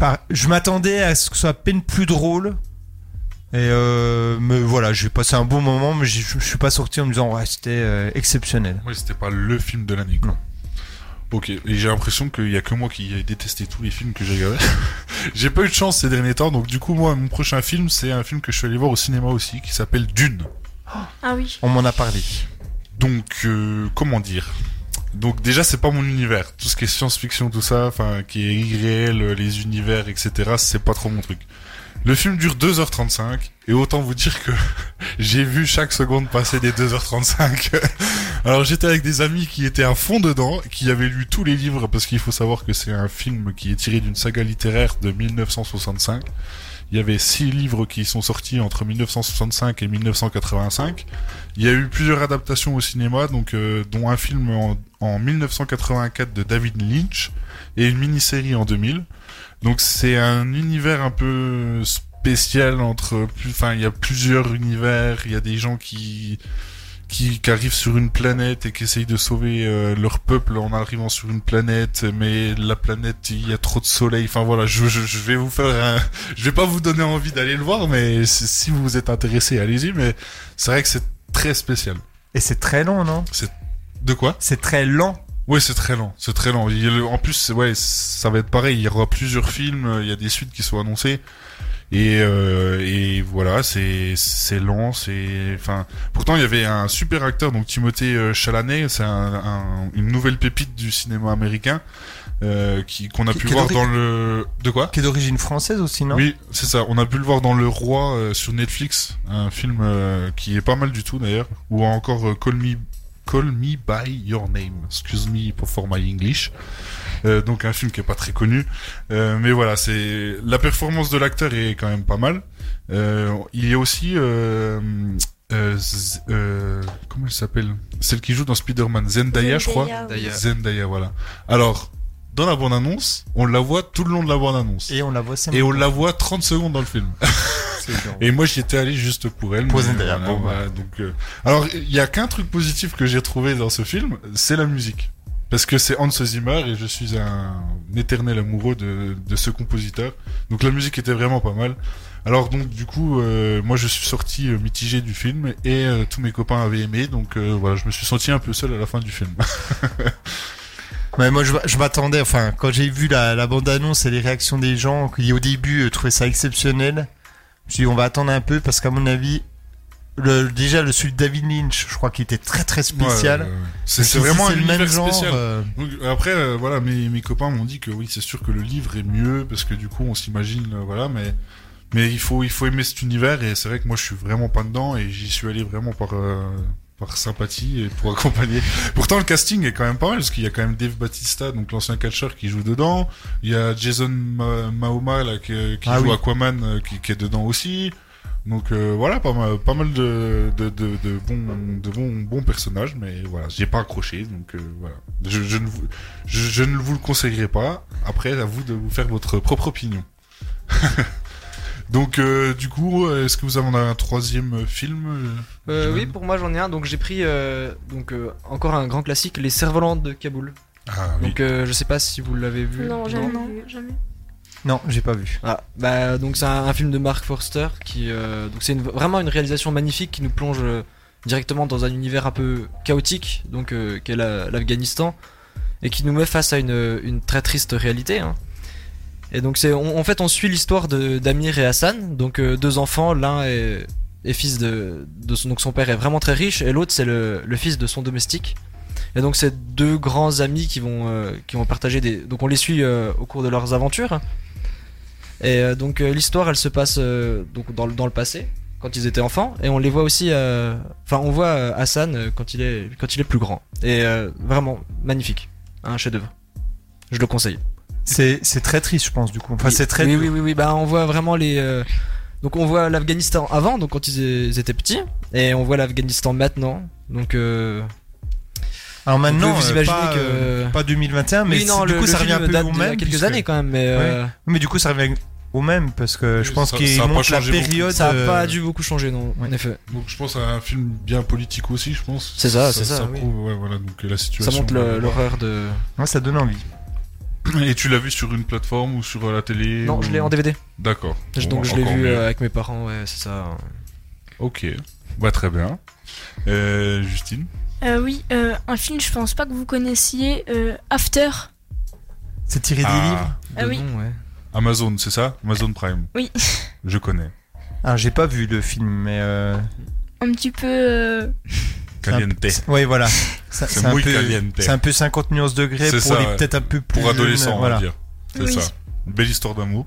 Par- Je m'attendais à ce que ce soit à peine plus drôle. Et euh, mais voilà, j'ai passé un bon moment, mais j'ai- je je suis pas sorti en me disant ouais, c'était euh, exceptionnel. Oui, c'était pas le film de l'année, Mm. quoi. Ok, et j'ai l'impression qu'il y a que moi qui ai détesté tous les films que j'ai regardés. j'ai pas eu de chance ces derniers temps, donc du coup, moi, mon prochain film, c'est un film que je suis allé voir au cinéma aussi, qui s'appelle Dune. Ah oui. On m'en a parlé. Donc, euh, comment dire Donc déjà, c'est pas mon univers. Tout ce qui est science-fiction, tout ça, enfin, qui est irréel, euh, les univers, etc., c'est pas trop mon truc. Le film dure 2h35, et autant vous dire que j'ai vu chaque seconde passer des 2h35. Alors j'étais avec des amis qui étaient à fond dedans, qui avaient lu tous les livres, parce qu'il faut savoir que c'est un film qui est tiré d'une saga littéraire de 1965. Il y avait six livres qui sont sortis entre 1965 et 1985. Il y a eu plusieurs adaptations au cinéma, donc euh, dont un film en, en 1984 de David Lynch et une mini-série en 2000. Donc c'est un univers un peu spécial entre, plus- enfin il y a plusieurs univers, il y a des gens qui qui, qui arrivent sur une planète et qui essayent de sauver euh, leur peuple en arrivant sur une planète, mais la planète il y a trop de soleil. Enfin voilà, je, je, je vais vous faire, un... je vais pas vous donner envie d'aller le voir, mais si- si vous êtes intéressé, allez-y. Mais c'est vrai que c'est très spécial. Et c'est très lent, non De quoi C'est très lent. Ouais, c'est très lent, c'est très lent. Il- en plus, c'est- ouais, ça va être pareil. Il y aura plusieurs films, euh, il y a des suites qui sont annoncées. Et, euh, et voilà, c'est c'est lent, c'est enfin. Pourtant, il y avait un super acteur, donc Timothée euh, Chalamet, c'est un, un- une nouvelle pépite du cinéma américain euh, qui qu'on a Qui- pu qui est voir d'origine- dans le de quoi Qui est d'origine française aussi, non Oui, c'est ça. On a pu le voir dans Le Roi euh, sur Netflix, un film euh, qui est pas mal du tout d'ailleurs, ou encore euh, Call Me Call Me by Your Name. Excuse me pour- for my English. Euh, donc un film qui est pas très connu, Euh, mais voilà, c'est la performance de l'acteur est quand même pas mal. Euh, il y a aussi euh, euh, Z- euh, comment elle s'appelle Celle qui joue dans Spider-Man, Zendaya, je crois. Zendaya, oui. Zendaya. Zendaya, voilà. Alors, dans la bande-annonce, on la voit tout le long de la bande-annonce. Et on la voit, c'est Et on la voit 30 secondes dans le film. Et moi, j'y étais allé juste pour elle. Pour mais Zendaya, voilà, bon, voilà, donc, euh, alors, il y a qu'un truc positif que j'ai trouvé dans ce film, c'est la musique. Parce que c'est Hans Zimmer et je suis un éternel amoureux de, de ce compositeur. Donc la musique était vraiment pas mal. Alors donc du coup, euh, moi je suis sorti euh, mitigé du film et euh, tous mes copains avaient aimé. Donc euh, voilà, je me suis senti un peu seul à la fin du film. Ouais, moi, je, je m'attendais, enfin, quand j'ai vu la, la bande-annonce et les réactions des gens qui, au début, euh, trouvaient ça exceptionnel, je me suis dit, on va attendre un peu parce qu'à mon avis, le, déjà, le celui de David Lynch, je crois qu'il était très très spécial. Ouais, euh, c'est Si- c'est si vraiment c'est un le même univers genre. spécial. euh, Donc, après, euh, voilà, mes, mes copains m'ont dit que oui, c'est sûr que le livre est mieux parce que du coup, on s'imagine, euh, voilà, mais mais il faut il faut aimer cet univers et c'est vrai que moi, je suis vraiment pas dedans et j'y suis allé vraiment par euh, par sympathie et pour accompagner. Pourtant, le casting est quand même pas mal parce qu'il y a quand même Dave Batista, donc l'ancien catcheur qui joue dedans. Il y a Jason Ma- Mahoma là qui, qui Ah joue oui. Aquaman euh, qui, qui est dedans aussi. Donc euh, voilà, pas mal, pas mal de, de, de, de bons, de bons, bons personnages, mais voilà, j'ai pas accroché, donc euh, voilà. Je, je, ne vous, je, je ne vous le conseillerai pas. Après, à vous de vous faire votre propre opinion. donc euh, du coup, est-ce que vous avez un troisième film euh, Euh, Johan oui, pour moi j'en ai un. Donc j'ai pris euh, donc euh, encore un grand classique, Les Cerfs-Volants de Kaboul. Ah oui. Donc euh, je sais pas si vous l'avez vu. Non, jamais vu. Non, jamais. Non, j'ai pas vu. Ah, bah, donc c'est un, un film de Mark Forster qui euh, donc c'est une- vraiment une réalisation magnifique qui nous plonge euh, directement dans un univers un peu chaotique donc euh, qu'est la- l'Afghanistan et qui nous met face à une, une très triste réalité. hein. Et donc c'est on- en fait on suit l'histoire de d'Amir et Hassan donc euh, deux enfants l'un est, est fils de, de son donc son père est vraiment très riche et l'autre c'est le, le fils de son domestique. Et donc c'est deux grands amis qui vont euh, qui vont partager des donc on les suit euh, au cours de leurs aventures. Et euh, donc euh, l'histoire, elle se passe euh, donc dans, le- dans le passé, quand ils étaient enfants, et on les voit aussi. euh, Enfin, on voit euh, Hassan euh, quand il est quand il est plus grand. Et euh, vraiment magnifique, un chef-d'œuvre. Je le conseille. C'est c'est très triste, je pense, du coup. Enfin, Oui, Ah, c'est très. Oui, dur. oui, oui, oui, Bah, on voit vraiment les. euh, Donc, on voit l'Afghanistan avant, donc quand ils, ils étaient petits, et on voit l'Afghanistan maintenant. Donc, euh, Alors maintenant, vous euh, imaginez pas, que- euh, pas 2021, mais oui, non, c'est- du le- coup, le ça revient film un peu date au d'il y a même. quelques puisque- années quand même, mais euh, Mais du coup, ça revient au même parce que je Oui, pense ça- qu'il ça a pas montre la changé beaucoup. période. ça a euh, pas dû beaucoup changer, non ouais. En effet, Donc je pense à un film bien politique aussi, je pense. C'est ça, c'est ça, oui. prouve, ouais, voilà, donc euh, la ça situation. montre le- l'horreur de. ouais, ça donne Ah. envie. Et tu l'as vu sur une plateforme ou sur euh, la télé Non, ou- je l'ai en DVD. D'accord. Je- Bon, Donc je l'ai encore vu mieux. euh, avec mes parents, ouais, c'est ça. hein. Ok. Bah très bien. Euh, Justine. Euh, oui, euh, un film, je pense pas que vous connaissiez, euh, After. C'est tiré des Ah, livres. Ah De oui. nom, ouais. Amazon, c'est ça Amazon Prime. Oui. Je connais. Alors, Ah, j'ai pas vu le film, mais. euh, Un petit peu. euh, c'est un- Caliente. c'est- Oui, voilà. Ça- Eh. C'est un muy peu- caliente. C'est un peu 50 nuances degrés C'est pour ça, les ouais. peut-être un peu plus. Pour adolescents, jeunes, voilà. on va dire. C'est Oui. ça. Une belle histoire d'amour.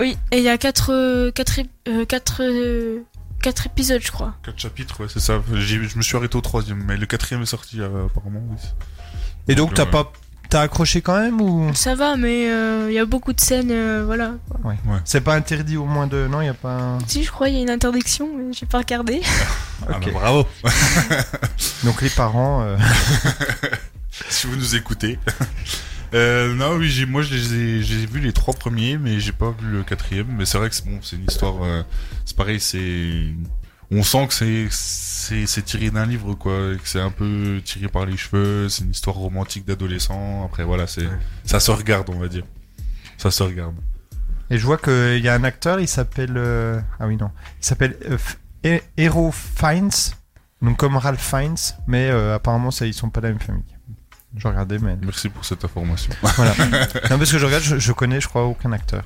Oui, et il y a 4 quatre, ép- euh, quatre, euh, quatre épisodes, je crois. Quatre chapitres, ouais, c'est ça. J'ai- Je me suis arrêté au troisième, mais le quatrième est sorti euh, apparemment. Oui. Et donc, Donc, t'as ouais. pas. T'as accroché quand même ou. Ça va, mais euh, il y a beaucoup de scènes, euh, voilà. quoi. C'est pas interdit au moins de. Non, y a pas. un- Si, je crois, il y a une interdiction, mais j'ai pas regardé. Ah, Ok. bah, bravo. Donc, les parents. euh, si vous nous écoutez. Euh, non, oui, j'ai, moi, je les ai, j'ai vu les trois premiers, mais j'ai pas vu le quatrième. Mais c'est vrai que c'est bon, c'est une histoire. euh, c'est pareil, c'est. On sent que c'est, c'est, c'est tiré d'un livre, quoi. et Que c'est un peu tiré par les cheveux. C'est une histoire romantique d'adolescent. Après, voilà, c'est. Ça se regarde, on va dire. Ça se regarde. Et je vois qu'il y a un acteur, il s'appelle. euh, Ah oui, non. Il s'appelle euh, F- E- Hero Fiennes. Donc comme Ralph Fiennes, mais euh, apparemment ça, ils sont pas de la même famille. Je regardais, mais. Merci pour cette information. Voilà. non, parce que je regarde, je, je connais, je crois, aucun acteur.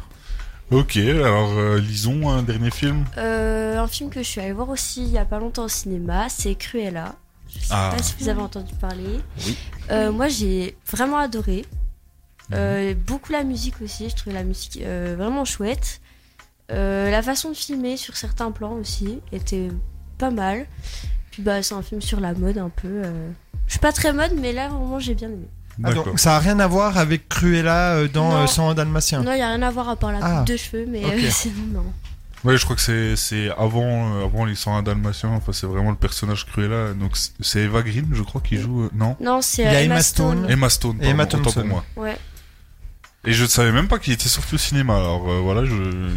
ok, alors euh, lisons un dernier film. Euh, un film que je suis allée voir aussi il y a pas longtemps au cinéma, c'est Cruella. Je sais Ah. pas si vous avez entendu parler. Oui. Euh, moi, j'ai vraiment adoré. Mhm. Euh, beaucoup la musique aussi, je trouvais la musique euh, vraiment chouette. Euh, la façon de filmer sur certains plans aussi était pas mal. Puis bah, c'est un film sur la mode un peu. euh. Je suis pas très mode, mais là vraiment j'ai bien aimé. Ah, D'accord. donc, ça a rien à voir avec Cruella euh, dans Non. euh, 100 Dalmatiens. Non, il y a rien à voir à part la coupe Ah. de cheveux, mais Ok. euh, sinon non. Ouais, je crois que c'est, c'est avant, euh, avant les 101 Dalmatiens. Enfin, c'est vraiment le personnage Cruella. Donc, c'est- c'est Eva Green, je crois, qui joue. euh, non Non, c'est Il y euh, a Emma Emma Stone. Stone. Emma Stone, pardon, Emma autant Thompson. pour moi. Ouais. Et je ne savais même pas qu'il était sorti au cinéma. Alors euh, voilà, je,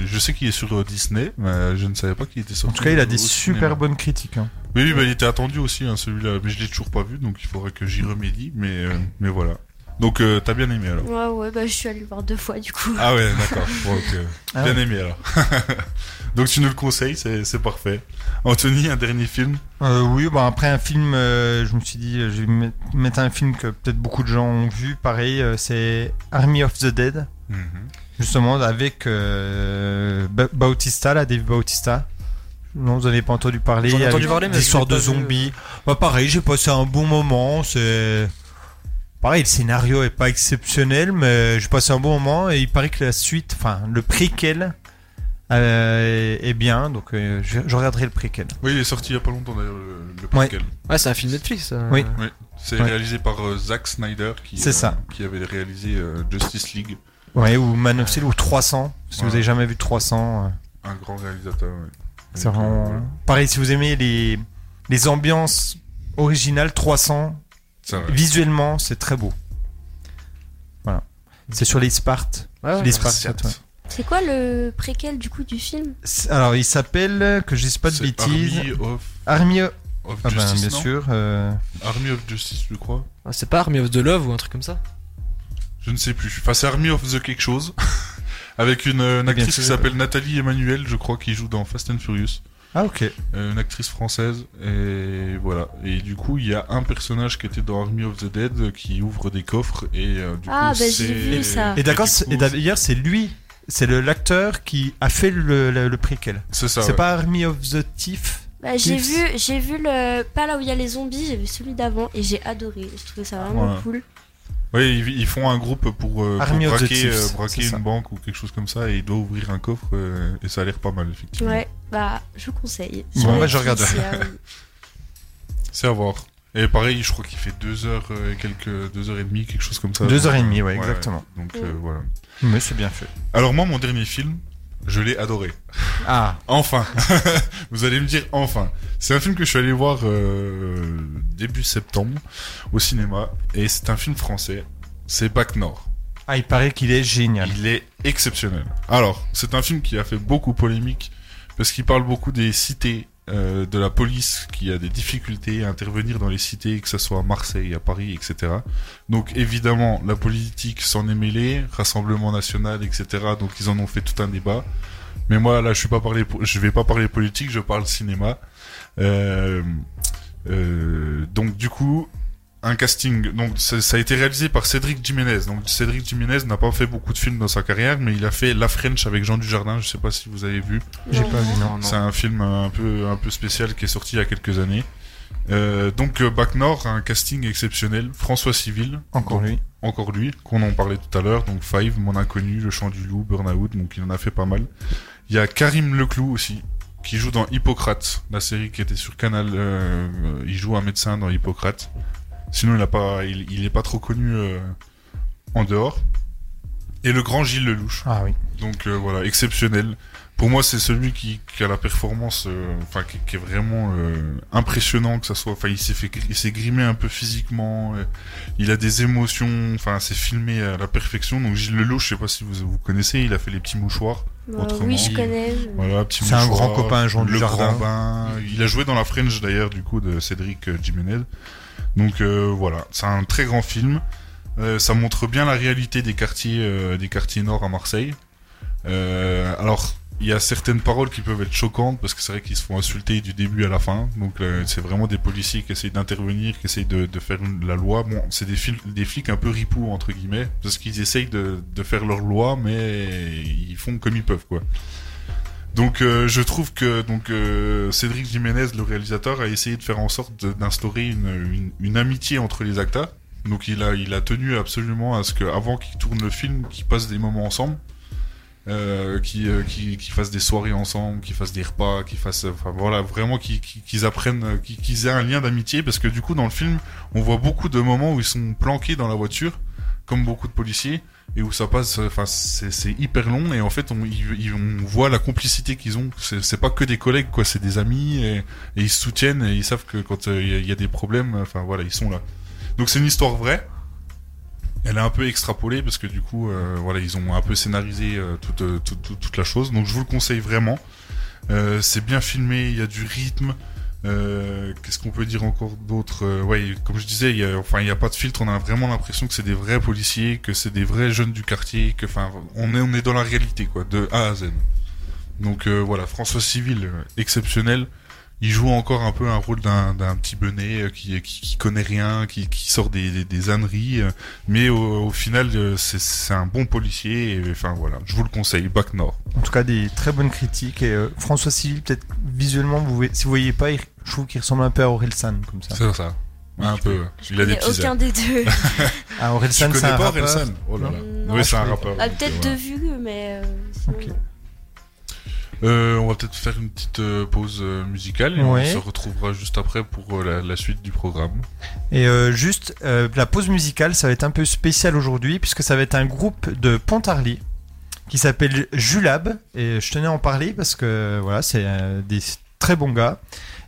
je sais qu'il est sur euh, Disney, mais je ne savais pas qu'il était En sorti. tout cas, il a des au super cinéma. bonnes critiques. hein. Oui, oui, bah, il était attendu aussi, hein, celui-là. Mais je l'ai toujours pas vu, donc il faudrait que j'y remédie. Mais, euh, mais voilà. Donc, euh, t'as bien aimé alors Ouais, ouais, bah je suis allée le voir deux fois du coup. Ah ouais, d'accord. Bon, ok. Ah bien ouais. aimé alors. donc, tu nous le conseilles, c'est, c'est parfait. Anthony, un dernier film Euh, oui, bon, après un film, euh, je me suis dit, euh, je vais met- mettre un film que peut-être beaucoup de gens ont vu. Pareil, euh, c'est Army of the Dead, justement, avec euh, Ba- Bautista, là, Dave Bautista. Non, vous n'avez pas entendu parler. J'en ai entendu avec parler, mais des je l'ai histoires pas de vu. zombies. Bah, pareil, j'ai passé un bon moment. C'est. Pareil, le scénario est pas exceptionnel, mais j'ai passé un bon moment et il paraît que la suite, enfin, le préquel. euh, est bien, donc euh, je, je regarderai le préquel. Oui, il est sorti il y a pas longtemps d'ailleurs, le, le Ouais. préquel. Ouais, c'est un film Netflix. ça. Oui. C'est Ouais. réalisé par euh, Zack Snyder qui, euh, C'est ça. qui avait réalisé euh, Justice League, Ouais, ou Man of Steel, ou 300. Si Ouais. vous avez jamais vu 300, euh, un grand réalisateur. ouais. c'est Donc, vraiment. euh, Pareil, si vous aimez les, les ambiances originales, 300, c'est vrai. visuellement, c'est très beau. Voilà. C'est sur les Spartes. Ouais, Ah, ouais. Les Ah, Spartes, ouais. C'est quoi le préquel du coup du film C'est- Alors, il s'appelle, euh, que je dise pas de C'est bêtises, Army of, Army. of Ah ben, Justice, bien non sûr. euh, Army of Justice, je crois. Ah, c'est pas Army of the Love ou un truc comme ça Je ne sais plus. Enfin, c'est Army of the quelque chose. Avec une, euh, une Eh bien, actrice qui c'est- s'appelle Nathalie Emmanuel, je crois, qui joue dans Fast and Furious. Ah, ok. Euh, une actrice française. Et voilà. Et du coup, il y a un personnage qui était dans Army of the Dead euh, qui ouvre des coffres. Et euh, du Ah, coup, bah, j'ai c'est- vu ça. Et d'accord, du c'est- coup, et d'ailleurs, c'est lui, c'est le- l'acteur qui a fait le, le- le préquel. C'est ça. c'est ouais. pas Army of the Thief Bah, j'ai Tips. vu, j'ai vu le pas là où il y a les zombies, j'ai vu celui d'avant et j'ai adoré. Je trouvais ça vraiment Voilà. cool. Oui, ils, ils font un groupe pour, euh, pour Army of the braquer, Thieves, euh, braquer c'est une ça. banque ou quelque chose comme ça et il doit ouvrir un coffre euh, et ça a l'air pas mal effectivement. Ouais, bah je conseille. Bon, Sur bah, Netflix, je regarde. c'est, euh, C'est à voir. Et pareil, je crois qu'il fait deux heures euh, et quelques deux heures et demie, quelque chose comme ça. Deux Donc, heures et demie, euh, ouais, exactement. Donc euh, Mm. voilà. Mais c'est bien fait. Alors moi, mon dernier film, je l'ai adoré. Ah, Enfin, vous allez me dire enfin. C'est un film que je suis allé voir euh, début septembre au cinéma et c'est un film français. C'est Bac Nord. Ah, il paraît qu'il est génial. Il est exceptionnel. Alors, c'est un film qui a fait beaucoup polémique parce qu'il parle beaucoup des cités, euh, de la police qui a des difficultés à intervenir dans les cités, que ce soit à Marseille, à Paris, etc. Donc évidemment, la politique s'en est mêlée, Rassemblement national, etc. Donc ils en ont fait tout un débat. Mais moi là, je suis pas parlé, po- je vais pas parler politique, je parle cinéma. Euh, euh, donc du coup, un casting. Donc ça, ça a été réalisé par Cédric Jiménez. Donc Cédric Jiménez n'a pas fait beaucoup de films dans sa carrière, mais il a fait La French avec Jean Dujardin. Je sais pas si vous avez vu. J'ai non. pas vu, non. C'est un film un peu un peu spécial qui est sorti il y a quelques années. Euh, donc euh, Bac Nord a un casting exceptionnel. François Civil, Encore lui. encore lui, qu'on en parlait tout à l'heure, donc Five, Mon Inconnu, Le Chant du Loup, Burnout, donc il en a fait pas mal. Il y a Karim Leclou aussi, qui joue dans Hippocrate, la série qui était sur Canal, euh, euh, il joue un médecin dans Hippocrate. Sinon, il a pas, il, il est pas trop connu euh, en dehors. Et le grand Gilles Lelouch. Ah oui. Donc euh, voilà, exceptionnel. Pour moi, c'est celui qui, qui a la performance, euh, enfin qui, qui est vraiment euh, impressionnant que ça soit. Enfin, il s'est fait, gr- il s'est grimé un peu physiquement. euh, il a des émotions. Enfin, c'est filmé à la perfection. Donc Gilles Lelouch, je sais pas si vous vous connaissez, il a fait les petits mouchoirs. bah, Autrement, oui, je connais. je- Voilà, petit C'est un mouchoir, grand copain, Jean Le Dujardin. grand bain. Il a joué dans la French d'ailleurs du coup de Cédric euh, Jiménez. Donc euh, voilà, c'est un très grand film. Euh, ça montre bien la réalité des quartiers, euh, des quartiers nord à Marseille. Euh, alors, il y a certaines paroles qui peuvent être choquantes parce que c'est vrai qu'ils se font insulter du début à la fin. Donc euh, c'est vraiment des policiers qui essayent d'intervenir, qui essayent de, de faire une- la loi. Bon, c'est des, fil- des flics un peu ripoux entre guillemets parce qu'ils essayent de, de faire leur loi, mais ils font comme ils peuvent quoi. Donc euh, je trouve que donc euh, Cédric Jiménez, le réalisateur, a essayé de faire en sorte de- d'instaurer une, une- une amitié entre les acteurs. Donc il a, il a tenu absolument à ce que avant qu'ils tournent le film, qu'ils passent des moments ensemble, euh, qu'ils euh, qu'ils- qu'ils fassent des soirées ensemble, qu'ils fassent des repas, qu'ils fassent, enfin voilà, vraiment qu'ils qu'ils- qu'ils apprennent, euh, qu'ils- qu'ils aient un lien d'amitié, parce que du coup dans le film, on voit beaucoup de moments où ils sont planqués dans la voiture, comme beaucoup de policiers, et où ça passe, euh, enfin c'est c'est hyper long, et en fait on, ils- ils- on voit la complicité qu'ils ont. C'est c'est pas que des collègues quoi, c'est des amis, et, et ils se soutiennent, et ils savent que quand euh, il y a- il y a des problèmes, enfin voilà, ils sont là. Donc c'est une histoire vraie. Elle est un peu extrapolée parce que du coup, euh, voilà, ils ont un peu scénarisé euh, toute, euh, toute, toute- toute la chose. Donc je vous le conseille vraiment. Euh, c'est bien filmé, il y a du rythme. Euh, Qu'est-ce qu'on peut dire encore d'autre Euh, Ouais, comme je disais, il y a, enfin, il n'y a pas de filtre. On a vraiment l'impression que c'est des vrais policiers, que c'est des vrais jeunes du quartier, que enfin, on est, on est dans la réalité, quoi, de A à Z. Donc euh, voilà, François Civil, euh, exceptionnel. Il joue encore un peu un rôle d'un d'un petit benet euh, qui, qui, qui connaît rien, qui, qui sort des, des, des âneries, euh, mais au, au final euh, c'est- c'est un bon policier. Et, enfin voilà, je vous le conseille. Bac Nord. En tout cas, des très bonnes critiques. Et euh, François Civil, peut-être visuellement, vous, voyez- si vous voyez pas, il- je trouve qu'il ressemble un peu à Aurel San, comme ça. C'est ça. Un peu. ouais. Je Il a des connais petits. airs. aucun des deux. Ah, Aurel Tu San, c'est un connais pas rappeur. Orelsan Oh là là. Non, Oui, je c'est un connais rappeur. Ah, donc, peut-être euh, de vue, mais. euh, sinon, Ok. Euh, on va peut-être faire une petite euh, pause euh, musicale et Ouais. on se retrouvera juste après pour euh, la, la suite du programme. Et euh, juste, euh, la pause musicale, ça va être un peu spécial aujourd'hui, puisque ça va être un groupe de Pontarly qui s'appelle Julab. Et je tenais à en parler parce que voilà, c'est euh, des très bons gars.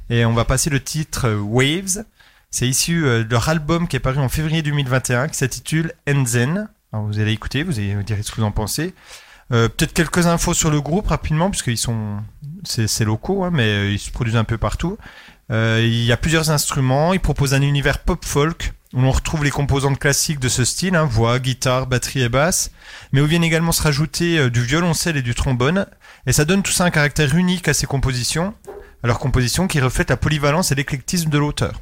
Et on va passer le titre euh, Waves. C'est issu euh, de leur album qui est paru en février 2021 qui s'intitule Enzen. Alors vous allez écouter, vous allez me dire ce que vous en pensez. Euh, Peut-être quelques infos sur le groupe rapidement, puisqu'ils sont. C'est c'est locaux, hein, mais euh, ils se produisent un peu partout. Euh, il y a plusieurs instruments. Il propose un univers pop folk où l'on retrouve les composantes classiques de ce style, hein, voix, guitare, batterie et basse, mais où viennent également se rajouter euh, du violoncelle et du trombone. Et ça donne tout ça un caractère unique à ses compositions, à leurs compositions qui reflètent la polyvalence et l'éclectisme de l'auteur.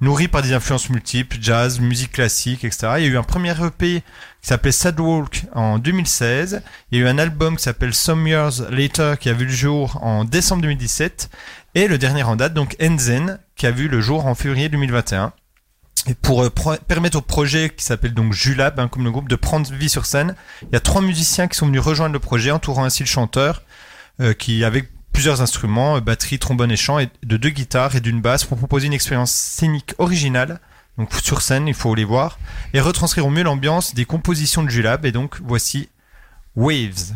Nourri par des influences multiples, jazz, musique classique, etc. Il y a eu un premier EP qui s'appelait Sadwalk en 2016. Il y a eu un album qui s'appelle Some Years Later qui a vu le jour en décembre 2017. Et le dernier en date, donc Enzen, qui a vu le jour en février 2021. Et pour euh, pro- permettre au projet qui s'appelle donc Julab, hein, comme le groupe, de prendre vie sur scène, il y a trois musiciens qui sont venus rejoindre le projet, entourant ainsi le chanteur, euh, qui avec plusieurs instruments, euh, batterie, trombone et chant, et de deux guitares et d'une basse, pour proposer une expérience scénique originale. Donc sur scène, il faut les voir, et retranscrire au mieux l'ambiance des compositions de Julab. Et donc voici Waves.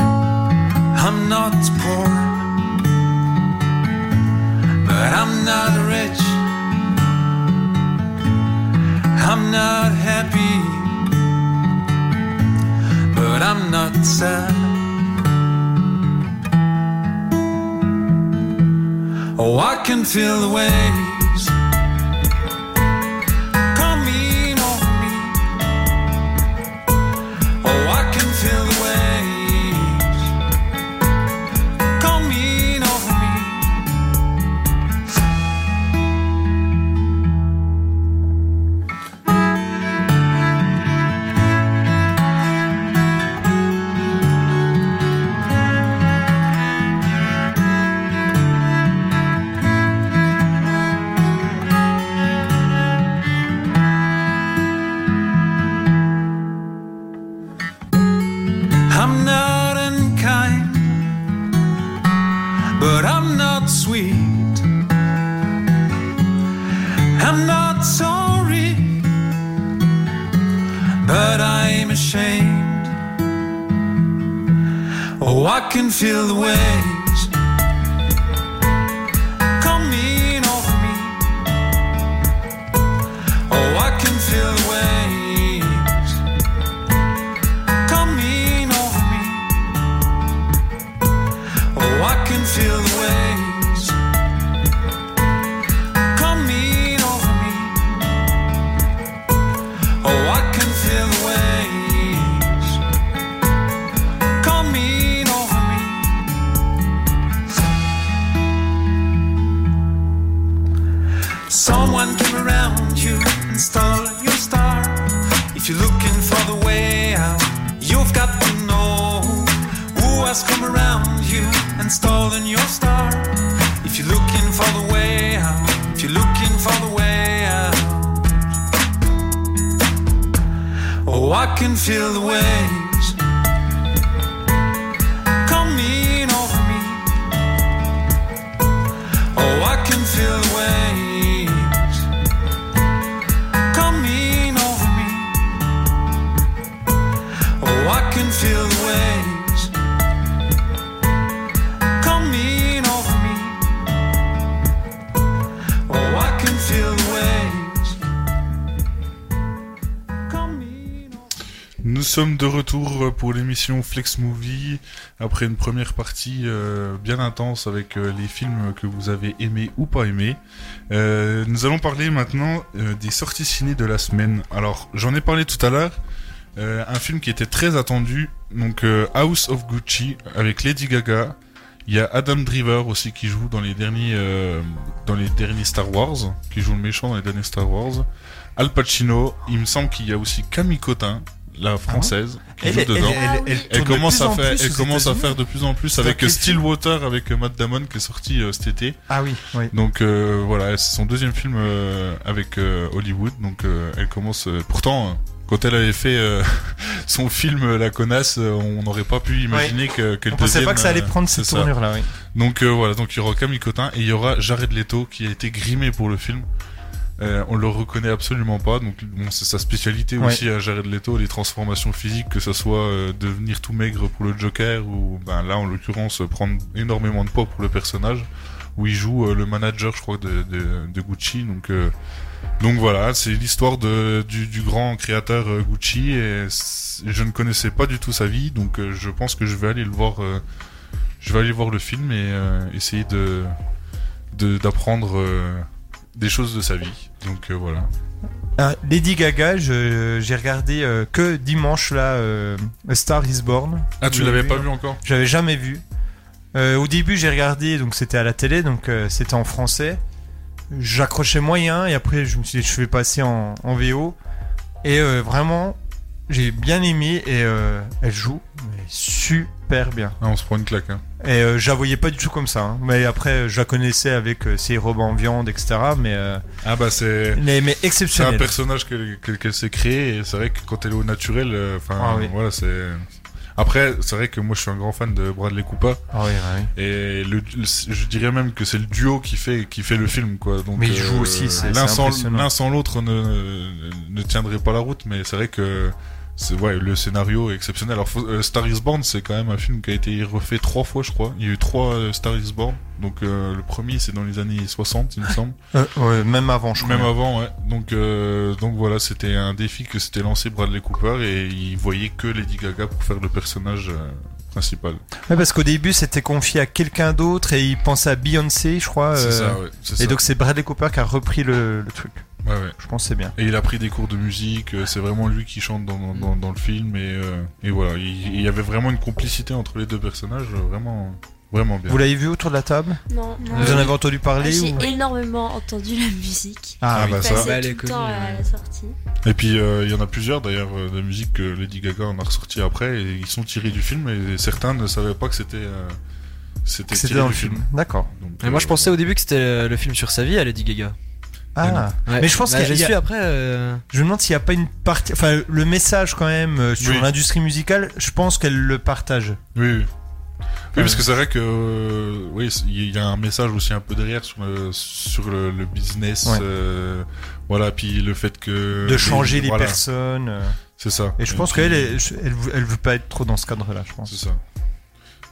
I'm not poor, but I'm not rich. I'm not happy, but I'm not sad. Oh, I can feel the waves coming over me. Oh, I can feel the waves coming over me. I'm not unkind, but I'm not sweet. I'm not sorry, but I'm ashamed. Oh, I can feel the waves coming over me. Oh, I can Oh, can feel the waves. Come lean over me. Oh, I can feel the waves. Come lean over me. Someone came around you and stole your star. If you're looking for the way out, you've got to know who has come around you and stolen your star. If you're looking for the way out, if you're looking for the way out, oh, I can feel the waves. Coming over me. Oh, I can feel the waves coming over me. Oh, I can feel the waves coming over me. Oh, I can feel the waves coming over Nous sommes de retour euh, pour l'émission Flex Movie après une première partie euh, bien intense avec euh, les films que vous avez aimés ou pas aimés. Euh, nous allons parler maintenant euh, des sorties ciné de la semaine. Alors j'en ai parlé tout à l'heure. euh, un film qui était très attendu, donc euh, House of Gucci avec Lady Gaga. Il y a Adam Driver aussi qui joue dans les derniers euh, dans les derniers Star Wars, qui joue le méchant dans les derniers Star Wars. Al Pacino. Il me semble qu'il y a aussi Camille Cotin, la française, qui joue dedans. Ah. elle- elle Elle commence à faire, elle elle commence à faire de plus en plus C'est avec un Stillwater, avec euh, Matt Damon qui est sorti euh, cet été. Ah oui, oui. Donc euh, voilà, c'est son deuxième film euh, avec euh, Hollywood. Donc euh, elle commence. euh, pourtant, euh, quand elle avait fait euh, son film euh, La connasse, euh, on n'aurait pas pu imaginer que qu'elle On pensait devienne, pas que ça allait euh, prendre c'est cette ça. tournure-là, oui. Donc euh, voilà, donc il y aura Camille Cotin et il y aura Jared Leto qui a été grimé pour le film. Euh, on le reconnaît absolument pas, donc bon, c'est sa spécialité Ouais. aussi à Jared Leto, les transformations physiques, que ça soit euh, devenir tout maigre pour le Joker ou ben là en l'occurrence euh, prendre énormément de poids pour le personnage, où il joue euh, le manager, je crois, de, de, de Gucci. Donc euh, donc voilà, c'est l'histoire de- du, du grand créateur euh, Gucci et c- je ne connaissais pas du tout sa vie, donc euh, je pense que je vais aller le voir. euh, je vais aller voir le film et euh, essayer de de- d'apprendre euh, des choses de sa vie. Donc euh, voilà. Ah, Lady Gaga, je- j'ai regardé euh, que dimanche là, euh, A Star Is Born. Ah, tu Oui, l'avais oui, pas oui. vu encore J'avais jamais vu. Euh, au début, j'ai regardé, donc c'était à la télé, donc euh, c'était en français. J'accrochais moyen, et après, je me suis dit, je vais passer en, en VO. Et euh, vraiment, j'ai bien aimé, et euh, elle joue mais super bien. Ah, on se prend une claque. Hein. Et euh, je la voyais pas du tout comme ça. hein. Mais après, je la connaissais avec euh, ses robes en viande, etc. Mais, euh, Ah bah c'est mais, mais c'est un exceptionnel. personnage que- que- qu'elle s'est créé et c'est vrai que quand elle est au naturel, euh, enfin Ah oui. voilà c'est. Après, c'est vrai que moi je suis un grand fan de Bradley Cooper Ah oui, oui, oui. et le, le- je dirais même que c'est le duo qui fait qui fait le film quoi. Donc euh, Mais ils jouent aussi, c'est- l'un c'est sans impressionnant. l'un sans l'autre ne, ne ne tiendrait pas la route, mais c'est vrai que c'est ouais le scénario est exceptionnel. Alors faut- euh, Star Is Born c'est quand même un film qui a été refait trois fois je crois. Il y a eu trois euh, Star Is Born. Donc euh, le premier c'est dans les années 60 il me semble. Euh, ouais, même avant, je crois. Même avant, ouais. Donc, euh, donc voilà, c'était un défi que s'était lancé Bradley Cooper et il voyait que Lady Gaga pour faire le personnage euh, principal. Ouais, parce qu'au début, c'était confié à quelqu'un d'autre et il pensait à Beyoncé, je crois. c'est euh, ça, ouais. C'est et ça. donc, c'est Bradley Cooper qui a repris le, le truc. Ouais, ouais. Je pense que c'est bien. Et il a pris des cours de musique, euh, c'est vraiment lui qui chante dans, dans, dans le film et, euh, et voilà, il, il y avait vraiment une complicité entre les deux personnages, euh, vraiment, vraiment bien. Euh, Vous l'avez vu autour de la table Non. Non. Vous en avez entendu parler J'ai ou... énormément entendu la musique. Ah, Ah, oui. bah Passer ça. tout Bah, elle est le temps euh, connue, à ouais. la sortie. Et puis euh, il y en a plusieurs d'ailleurs euh, de musique que Lady Gaga en a ressorti après et ils sont tirés du film et certains ne savaient pas que c'était euh, c'était C'était tiré dans du le film. D'accord. Donc, Et moi, je euh, pensais au début que c'était le film sur sa vie à Lady Gaga. Ah. Ouais. Mais je pense Bah, qu'il y a- j'ai il y a- su après. euh, Je me demande s'il n'y a pas une partie. Enfin, le message quand même euh, sur Oui. l'industrie musicale, je pense qu'elle le partage. Oui, oui. Oui, parce que c'est vrai que euh, oui, c'est- il y a un message aussi un peu derrière sur le, sur le, le business, Ouais. euh, voilà, puis le fait que De changer les Euh, voilà, personnes. euh, c'est ça. Et je pense puis- qu'elle, elle, elle, vou- elle veut pas être trop dans ce cadre-là, je pense. c'est ça.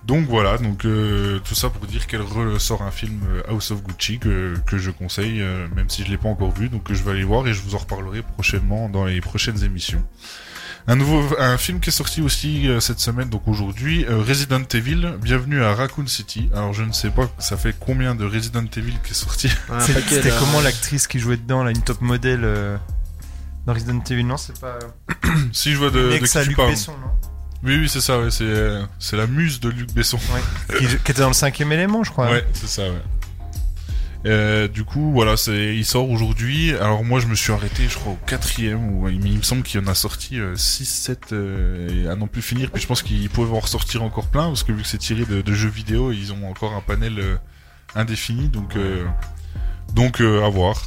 Donc voilà, donc euh, tout ça pour dire qu'elle ressort un film euh, House of Gucci que, que je conseille, euh, même si je l'ai pas encore vu, donc que je vais aller voir et je vous en reparlerai prochainement dans les prochaines émissions. Un nouveau, un film qui est sorti aussi euh, cette semaine, donc aujourd'hui, euh, Resident Evil. Bienvenue à Raccoon City. Alors je ne sais pas, ça fait combien de Resident Evil qui est sorti Un C'est- paquet, C'était là. comment l'actrice qui jouait dedans, là, une top modèle euh, dans Resident Evil Non, c'est pas. Si je vois Euh, de, de Nex qui à tu Luc parles. Besson, non Oui, oui, c'est ça. Ouais, c'est, euh, c'est la muse de Luc Besson. qui, qui était dans le cinquième élément, je crois. hein. Ouais, c'est ça, ouais. Euh, du coup, voilà, c'est, il sort aujourd'hui. Alors moi, je me suis arrêté, je crois, au quatrième. Ou, il, me- il me semble qu'il y en a sorti euh, 6, 7 euh, à non plus finir. Puis je pense qu'ils pouvaient en ressortir encore plein, parce que vu que c'est tiré de, de jeux vidéo, ils ont encore un panel euh, indéfini. Donc, euh, donc euh, à voir.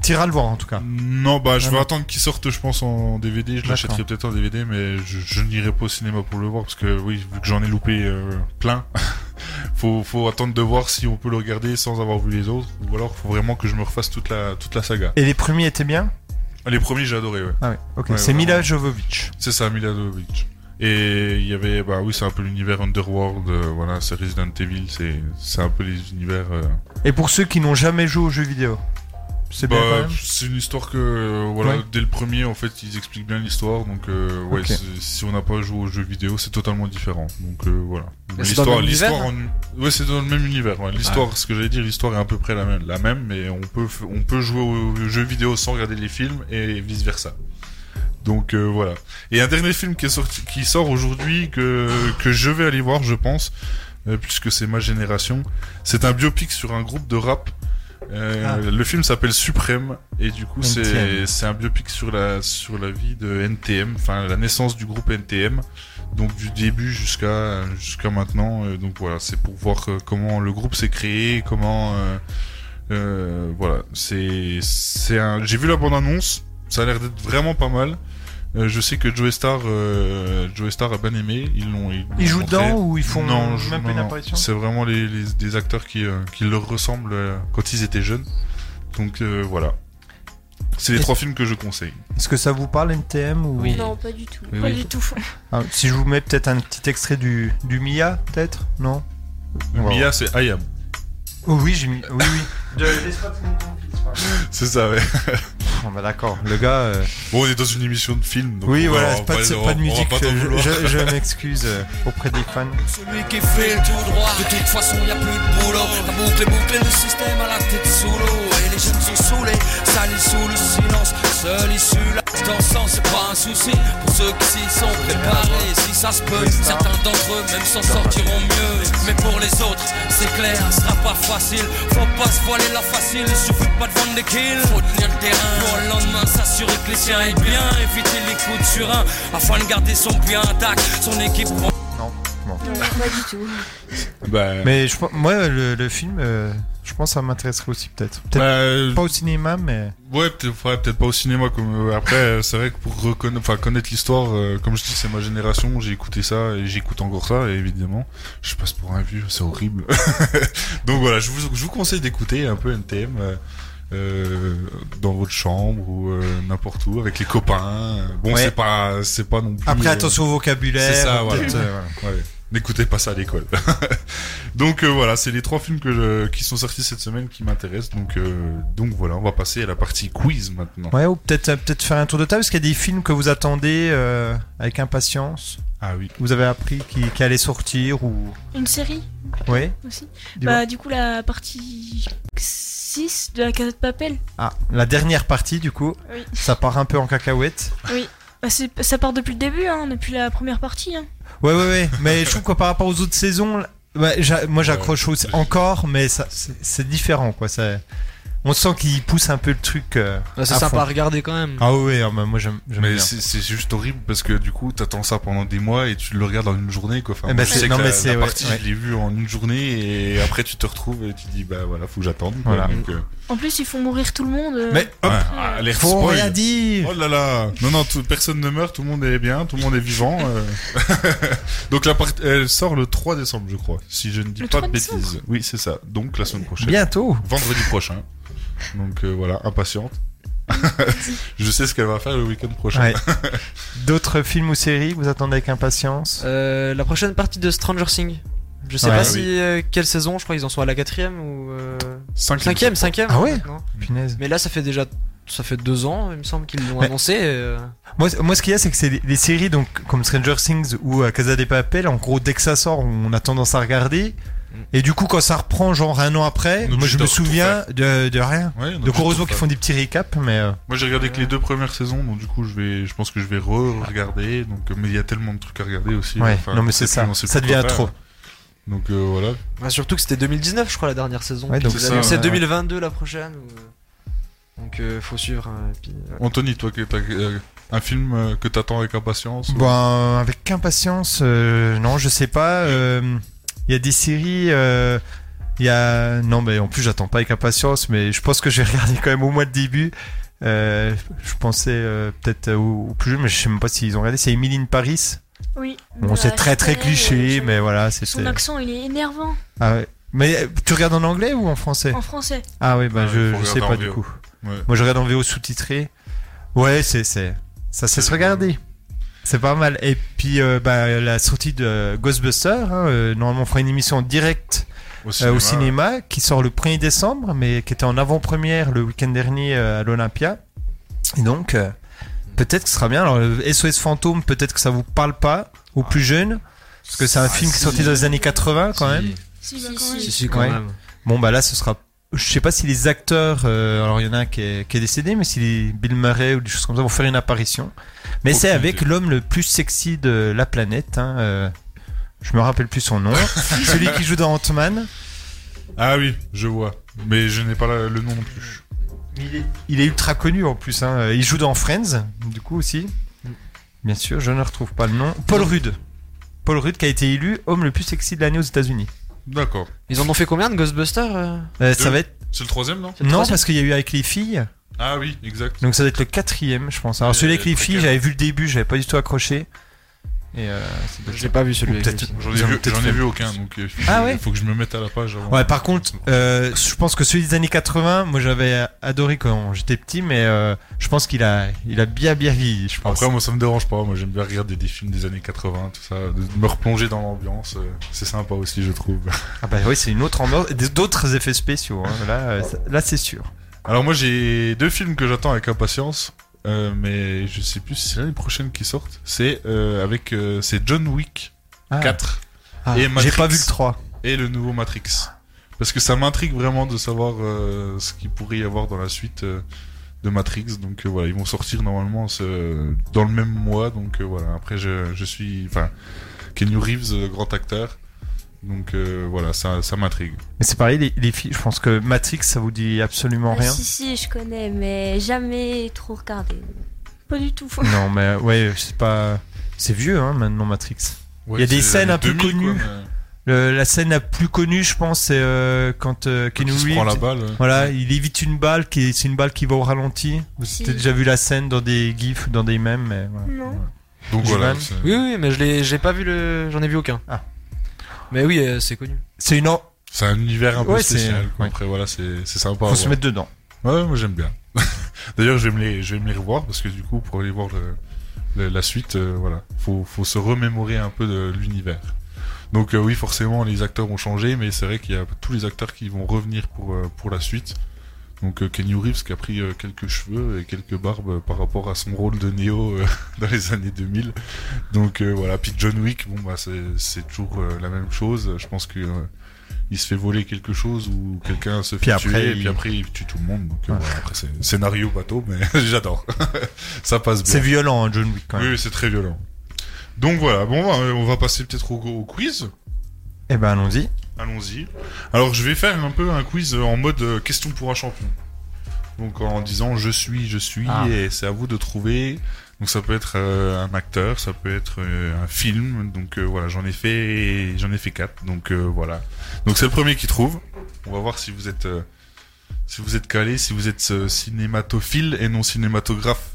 T'iras le voir, en tout cas. Non, bah je Ah vais non. attendre qu'il sorte, je pense, en DVD. Je l'achèterai peut-être en DVD, mais je, je n'irai pas au cinéma pour le voir parce que, oui, vu que j'en ai loupé euh, plein, faut, faut attendre de voir si on peut le regarder sans avoir vu les autres, ou alors faut vraiment que je me refasse toute la, toute la saga. Et les premiers étaient bien Les premiers, j'ai adoré, ouais. Ah ouais, ok. Ouais, c'est vraiment. Mila Jovovich. C'est ça, Mila Jovovich. Et il y avait, bah oui, c'est un peu l'univers Underworld, euh, voilà, c'est Resident Evil, c'est, c'est un peu les univers. euh, Et pour ceux qui n'ont jamais joué aux jeux vidéo, c'est bien Bah, quand même c'est une histoire que euh, voilà Ouais. dès le premier en fait ils expliquent bien l'histoire donc euh, ouais Ok. c'est- si on n'a pas joué aux jeux vidéo c'est totalement différent donc euh, voilà Mais c'est dans le même hein. l'histoire en... ouais c'est dans le même univers ouais. l'histoire ce que j'allais dire l'histoire est à peu près la même la même mais on peut f- on peut jouer aux jeux vidéo sans regarder les films et vice versa donc euh, voilà et un dernier film qui est sorti qui sort aujourd'hui que que je vais aller voir je pense euh, puisque c'est ma génération c'est un biopic sur un groupe de rap euh, Ah. Le film s'appelle Suprême et du coup c'est NTM. c'est un biopic sur la sur la vie de NTM, enfin la naissance du groupe NTM, donc du début jusqu'à jusqu'à maintenant. Euh, donc voilà, c'est pour voir euh, comment le groupe s'est créé, comment euh, euh, voilà c'est c'est un. J'ai vu la bande annonce, ça a l'air d'être vraiment pas mal. Euh, je sais que Joe Star euh, Joe Star a bien aimé. Ils l'ont ils, l'ont Ils jouent montré. dedans ou ils font Non, je- même non, pas une non. apparition C'est vraiment les, les- des acteurs qui, euh, qui leur ressemblent euh, quand ils étaient jeunes. Donc euh, voilà. C'est les Est-ce- trois films que je conseille. Est-ce que ça vous parle, NTM ou... Oui. Non, pas du tout. Oui, Pas oui. du tout. Ah, Si je vous mets peut-être un petit extrait du, du Mia, peut-être Non On va voir. Mia, c'est I Am. Oh oui, j'ai mis. Oui, oui. C'est ça, ouais. Bon, bah d'accord, le gars. euh, Bon, on est dans une émission de film. Donc Oui, on va- voilà, on c'est pas, va- de- c'est on pas va- de on va musique. pas euh, t'en je vouloir. je- je m'excuse euh, auprès des fans. Celui qui fait le tout droit, de toute façon y a plus de boulot. La boucle est bouclée, le système à la tête sous l'eau. Et les jeunes sont saoulés, salis sous le silence. Seule issue, la dansant, c'est pas un souci. Pour ceux qui s'y sont préparés, si ça se peut, certains d'entre eux même s'en sortiront mieux. Mais pour les autres, c'est clair, ce sera pas facile. Faut pas se voiler la facile, il suffit pas de vendre des kills. Faut tenir le terrain pour le lendemain, s'assurer que les siens aient bien. Éviter les coups de surin afin de garder son bien intact. Son équipe prend Non, pas du tout. Bah, Mais je, pense- moi, le, le film, euh, je pense que ça m'intéresserait aussi, peut-être. Peut-être bah, pas au cinéma, mais. Ouais, peut-être ouais, peut-être pas au cinéma. Comme euh, après, euh, c'est vrai que pour reconna- enfin connaître l'histoire, euh, comme je dis, c'est ma génération. J'ai écouté ça et j'écoute encore ça, et évidemment. Je passe pour un vieux, c'est horrible. Donc voilà, je vous, je vous conseille d'écouter un peu NTM euh, euh, dans votre chambre ou euh, n'importe où avec les copains. euh, Bon, Ouais. c'est pas, c'est pas non plus. Après, euh, attention au vocabulaire. c'est ça, voilà. peut-être, Ouais, euh, voilà. Ouais. N'écoutez pas ça à l'école. donc euh, voilà, c'est les trois films que je- qui sont sortis cette semaine qui m'intéressent. Donc euh, donc voilà, on va passer à la partie quiz maintenant. Ouais, ou peut-être euh, peut-être faire un tour de table. Est-ce qu'il y a des films que vous attendez euh, avec impatience Ah oui. Vous avez appris qui, qui allait sortir ou. Une série Oui aussi. Dis-moi. Bah, du coup, la partie 6 de la Casa de Papel. Ah, la dernière partie, du coup. Oui. Ça part un peu en cacahuète. Bah, c'est- ça part depuis le début, hein, depuis la première partie. Hein. Ouais, ouais, ouais. Mais je trouve que par rapport aux autres saisons, là, ouais, j'a- moi j'accroche aussi encore, mais ça- c'est c'est différent, quoi. Ça, on sent qu'il pousse un peu le truc. euh, Ouais, C'est à sympa fond. à regarder quand même. Ah ouais, ah bah, moi j'aime j'aime Mais bien. c'est c'est juste horrible parce que du coup, t'attends ça pendant des mois et tu le regardes en une journée quoi. Enfin, Eh ben, moi, c'est- je sais non, que mais la, c'est- la ouais, partie, ouais. je l'ai vue en une journée et après tu te retrouves et tu dis bah voilà, faut que j'attende. quoi. Voilà. Donc, euh, En plus, ils font mourir tout le monde. euh, Mais ouais, ah, alerte faut spoil. rien dire. Oh là là Non non, tout- personne ne meurt, tout le monde est bien, tout le monde est vivant. euh. Donc la partie, elle sort le 3 décembre je crois, si je ne dis Le pas 3 de bêtises. Oui c'est ça. Donc la semaine prochaine. Bientôt. Vendredi prochain. Donc euh, voilà, impatiente. je sais ce qu'elle va faire le week-end prochain. Ouais. D'autres films ou séries que vous attendez avec impatience Euh, la prochaine partie de Stranger Things. Je sais Ouais. pas Ah si oui. euh, quelle saison, je crois qu'ils en sont à la quatrième ou euh, Cinquième. cinquième, cinquième. Ah ouais maintenant. Punaise. Mais là, ça fait déjà ça fait deux ans, il me semble qu'ils l'ont Mais- annoncé. et, euh, Moi, c- moi, ce qu'il y a, c'est que c'est des, des séries donc, comme Stranger Things ou euh, Casa de Papel, en gros, dès que ça sort, on a tendance à regarder. Mm. Et du coup, quand ça reprend, genre un an après, Donc, moi, juste je me de tout souviens de, de rien. Ouais, on a Donc, juste heureusement tout qu'ils fait. font des petits récaps, mais. euh, Moi j'ai regardé que les deux premières saisons, donc du coup je vais, je pense que je vais re-regarder. Donc, euh, mais il y a tellement de trucs à regarder aussi. ouais, enfin, non, mais on c'est sait ça. plus, on sait Ça plus quoi devient faire. trop. Donc euh, voilà. bah, surtout que c'était 2019, je crois, la dernière saison. Ouais, Puis donc ils c'est ça, annonçaient ouais. 2022 la prochaine. ou, euh, Donc euh, faut suivre. hein, et puis, euh, Anthony, toi, que t'as, euh, un film euh, que t'attends avec impatience ou- Ben, avec impatience, euh, non, je sais pas. euh, Il y a des séries. euh, Il y a. Non, mais en plus, j'attends pas avec impatience, mais je pense que je vais regarder quand même au moins le début. Euh, je pensais euh, peut-être au, au plus jeune, mais je sais même pas s'ils ont regardé. C'est Emily in Paris. Oui. Bon, Ouais, c'est très je très connais, cliché, je- mais voilà, c'était. Son accent, il est énervant Ah ouais. Mais euh, tu regardes en anglais ou en français en français. Ah oui, bah Ah ouais, je, faut je sais regarder pas en du VO. coup. Ouais. Moi, je regarde en VO sous-titré. Ouais, c'est c'est ça, c'est se regarder. C'est pas mal. Et puis euh, bah, la sortie de Ghostbusters, hein, euh, normalement on fera une émission en direct au euh, cinéma, au cinéma qui sort le 1er décembre, mais qui était en avant-première le week-end dernier euh, à l'Olympia. Et donc euh, peut-être que ce sera bien. Alors euh, le SOS Fantôme, peut-être que ça vous parle pas Ah. aux plus jeunes, parce que c'est un Ah, film qui si. est sorti dans les années 80 Ah, quand même. Si, Si, bah, quand si. même. Si, si, quand Ouais. même. Bon bah là ce sera je sais pas si les acteurs euh, alors il y en a un qui est, qui est décédé mais si les Bill Murray ou des choses comme ça vont faire une apparition. Mais Aucune c'est avec idée. l'homme le plus sexy de la planète hein, euh, je me rappelle plus son nom, celui qui joue dans Ant-Man. Ah oui, je vois. Mais je n'ai pas la- le nom non plus. Il est, il est ultra connu en plus hein. il joue dans Friends du coup aussi. Bien sûr, je ne retrouve pas le nom. Paul Rudd. Paul Rudd qui a été élu homme le plus sexy de l'année aux États-Unis. D'accord. Ils en ont fait combien de Ghostbusters euh Euh, ça Deux. va être C'est le troisième, non C'est le non troisième parce qu'il y a eu avec les filles. Ah oui, exact. Donc ça doit être le quatrième, je pense. Alors Euh, celui avec les très filles, calme. j'avais vu le début, j'avais pas du tout accroché. Et euh, ça doit Je être- l'ai pas vu celui Ou avec peut-être- lui. J'en ai, Ils en ont vu, peut-être j'en ai fait. vu aucun, donc euh, Ah je- ouais faut que je me mette à la page avant. Ouais, par contre, euh, je pense que celui des années 80, moi j'avais adoré quand j'étais petit, mais euh, je pense qu'il a, il a bien bien vieilli. Je pense. Après, moi, ça me dérange pas. Moi, j'aime bien regarder des films des années 80, tout ça, de me replonger dans l'ambiance. euh, C'est sympa aussi, je trouve. Ah bah oui, c'est une autre ambiance, et des- d'autres effets spéciaux. hein. Là, euh, ça- là c'est sûr. Alors, moi, j'ai deux films que j'attends avec impatience, euh, mais je sais plus si c'est l'année prochaine qui sortent. C'est euh, avec, euh, c'est John Wick Ah. 4 Ah, et j'ai pas Matrix. vu le 3. et le nouveau Matrix. Parce que ça m'intrigue vraiment de savoir euh, ce qu'il pourrait y avoir dans la suite euh, de Matrix. Donc euh, voilà, ils vont sortir normalement ce- dans le même mois. Donc euh, voilà, après je, je suis... Enfin, Keanu Reeves, euh, grand acteur. Donc euh, voilà, ça, ça m'intrigue. Mais c'est pareil, les, les filles, je pense que Matrix, ça vous dit absolument Ah, rien. Si, si, je connais, mais jamais trop regardé. Pas du tout. Non, mais euh, ouais, c'est pas, c'est vieux hein, maintenant Matrix. Il y a des c'est scènes un peu 2000, quoi, connues. mais Le- la scène la plus connue, je pense, c'est euh, quand euh, quand Keanu il se prend la Reeves. balle. euh. Voilà, il évite une balle, qui est- c'est une balle qui va au ralenti. Vous Si. avez déjà vu la scène dans des gifs, dans des mèmes, mais voilà. Non. Donc voilà. Jolan. c'est- Oui, oui, mais je l'ai, j'ai pas vu le, j'en ai vu aucun. Ah. Mais oui, euh, c'est connu. C'est une. en- C'est un univers un peu Ouais, c'est- spécial. quoi. ouais. Après voilà, c'est c'est sympa. à Faut se voir. mettre dedans. Ouais, moi j'aime bien. D'ailleurs, je vais me les, je vais me les revoir parce que du coup, pour aller voir le- le- la suite, euh, voilà, faut, faut se remémorer un peu de l'univers. Donc euh, oui, forcément, les acteurs ont changé, mais c'est vrai qu'il y a tous les acteurs qui vont revenir pour euh, pour la suite. Donc euh, Kenny Reeves qui a pris euh, quelques cheveux et quelques barbes euh, par rapport à son rôle de Neo euh, dans les années 2000. Donc euh, voilà, puis John Wick, bon bah c'est c'est toujours euh, la même chose. Je pense que euh, il se fait voler quelque chose ou quelqu'un se fait Puis après, tuer et il- puis après il tue tout le monde. Donc euh, Ouais. voilà, après c'est scénario bateau, mais j'adore. Ça passe bien. C'est violent, hein, John Wick, quand Oui, même. oui, c'est très violent. Donc voilà, bon, euh, on va passer peut-être au, au quiz. Eh ben, allons-y. Allons-y. Alors je vais faire un peu un quiz euh, en mode euh, question pour un champion. Donc en disant je suis, je suis, Ah. et c'est à vous de trouver. Donc ça peut être euh, un acteur, ça peut être euh, un film. Donc euh, voilà, j'en ai fait, j'en ai fait quatre. Donc euh, voilà. Donc c'est le premier qui trouve. On va voir si vous êtes, euh, si vous êtes calé, si vous êtes euh, cinématophile et non cinématographe.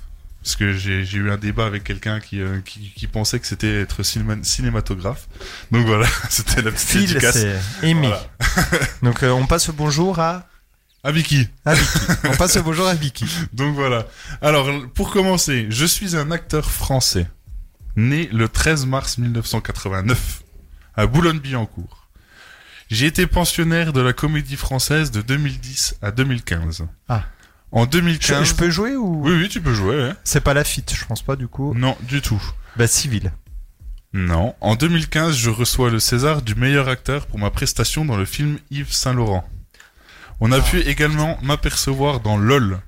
Parce que j'ai j'ai eu un débat avec quelqu'un qui, euh, qui, qui pensait que c'était être cinéma- cinématographe. Donc voilà, c'était la petite Phil, dédicace. c'est Amy. Voilà. Donc, euh, on passe le bonjour à. Ah, Vicky. à Vicky. on passe le bonjour à Vicky. Donc voilà. Alors, pour commencer, je suis un acteur français, né le 13 mars 1989, à Boulogne-Billancourt. J'ai été pensionnaire de la comédie française de 2010 à 2015. Ah. En Je, 2015. je peux jouer ou Oui, oui, tu peux jouer. ouais. C'est pas la fit, je pense pas du coup. Non, du tout. Bah civil. Non. En 2015, je reçois le César du meilleur acteur pour ma prestation dans le film Yves Saint-Laurent. On a pu également m'apercevoir dans LOL,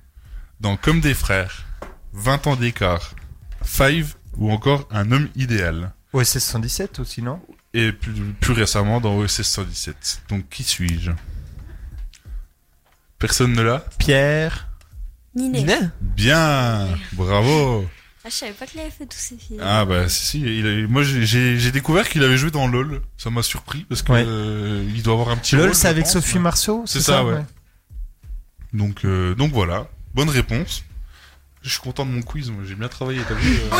dans Comme des frères, 20 ans d'écart, Five ou encore Un homme idéal. OSS 117 aussi non Et plus, plus récemment dans OSS 117. Donc qui suis-je Personne ne l'a Pierre. Niné. Ninet Bien Bravo Ah, je savais pas qu'il avait fait tous ces films. Ah bah si, si il a- moi j'ai- j'ai j'ai découvert qu'il avait joué dans LOL, ça m'a surpris parce que Ouais. euh, il doit avoir un petit LOL, rôle, c'est je avec pense, Sophie mais- Marceau C'est ça, ouais. Donc euh, donc voilà, bonne réponse. Je suis content de mon quiz, moi j'ai bien travaillé, t'as vu euh,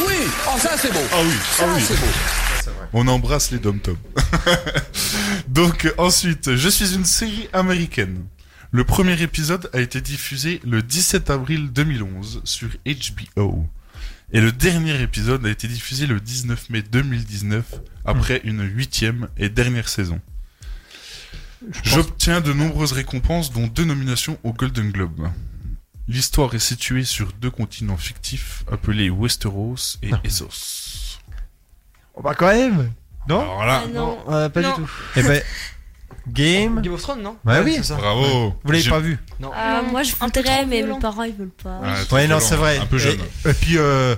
oui, oh ça c'est beau. Ah oui, ah oui. beau. On embrasse les dom-toms. Donc euh, ensuite, je suis une série américaine. Le premier épisode a été diffusé le 17 avril 2011 sur HBO. Et le dernier épisode a été diffusé le 19 mai 2019 après une huitième et dernière saison. J'obtiens de nombreuses récompenses dont deux nominations au Golden Globe. L'histoire est située sur deux continents fictifs appelés Westeros et Essos. Oh, bah quand même. Non Alors là, Ah non. Euh, pas Non. du tout. Eh ben game. Game of Thrones, non Bah oui. c'est ça. bravo. Vous l'avez J'ai- pas vu Ah, Non, moi je un peu trop voudrais, mais violent. mes parents ils veulent pas. Ah, trop Ouais, non, violent. c'est vrai. Un peu jeune. Et, et puis, euh,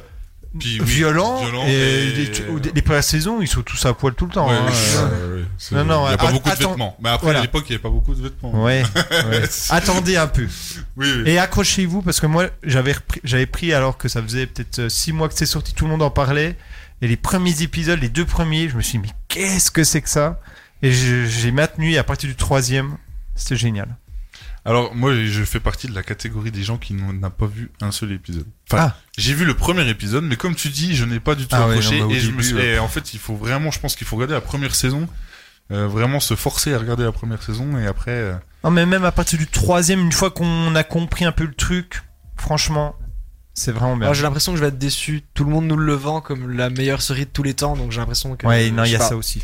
Puis, oui, violent, violent et, et- des- tu- ou des- les premières saisons, ils sont tous à poil tout le temps. Ouais, hein, ouais, euh. ouais, ouais, c'est- Non, non, il n'y a pas att- beaucoup de attends. vêtements. Mais après, Voilà. à l'époque, il n'y avait pas beaucoup de vêtements. Ouais, ouais. Attendez un peu. Oui, oui. Et accrochez-vous parce que moi j'avais repris- j'avais pris alors que ça faisait peut-être 6 mois que c'est sorti, tout le monde en parlait. Et les premiers épisodes, les deux premiers, je me suis dit mais qu'est-ce que c'est que ça Et je- j'ai maintenu et à partir du troisième, c'était génial. Alors, moi, je fais partie de la catégorie des gens qui n'ont n'a pas vu un seul épisode. Enfin, Ah. j'ai vu le premier épisode, mais comme tu dis, je n'ai pas du tout Ah ouais, accroché. non, bah, au et je me début, suis- euh, et en fait, il faut vraiment, je pense qu'il faut regarder la première saison. euh, vraiment se forcer à regarder la première saison et après euh, Non mais même à partir du troisième, une fois qu'on a compris un peu le truc, franchement, c'est vraiment bien. Alors, j'ai l'impression que je vais être déçu. Tout le monde nous le vend comme la meilleure série de tous les temps, donc j'ai l'impression que. Ouais, euh, non, il je y a sais ça pas. aussi.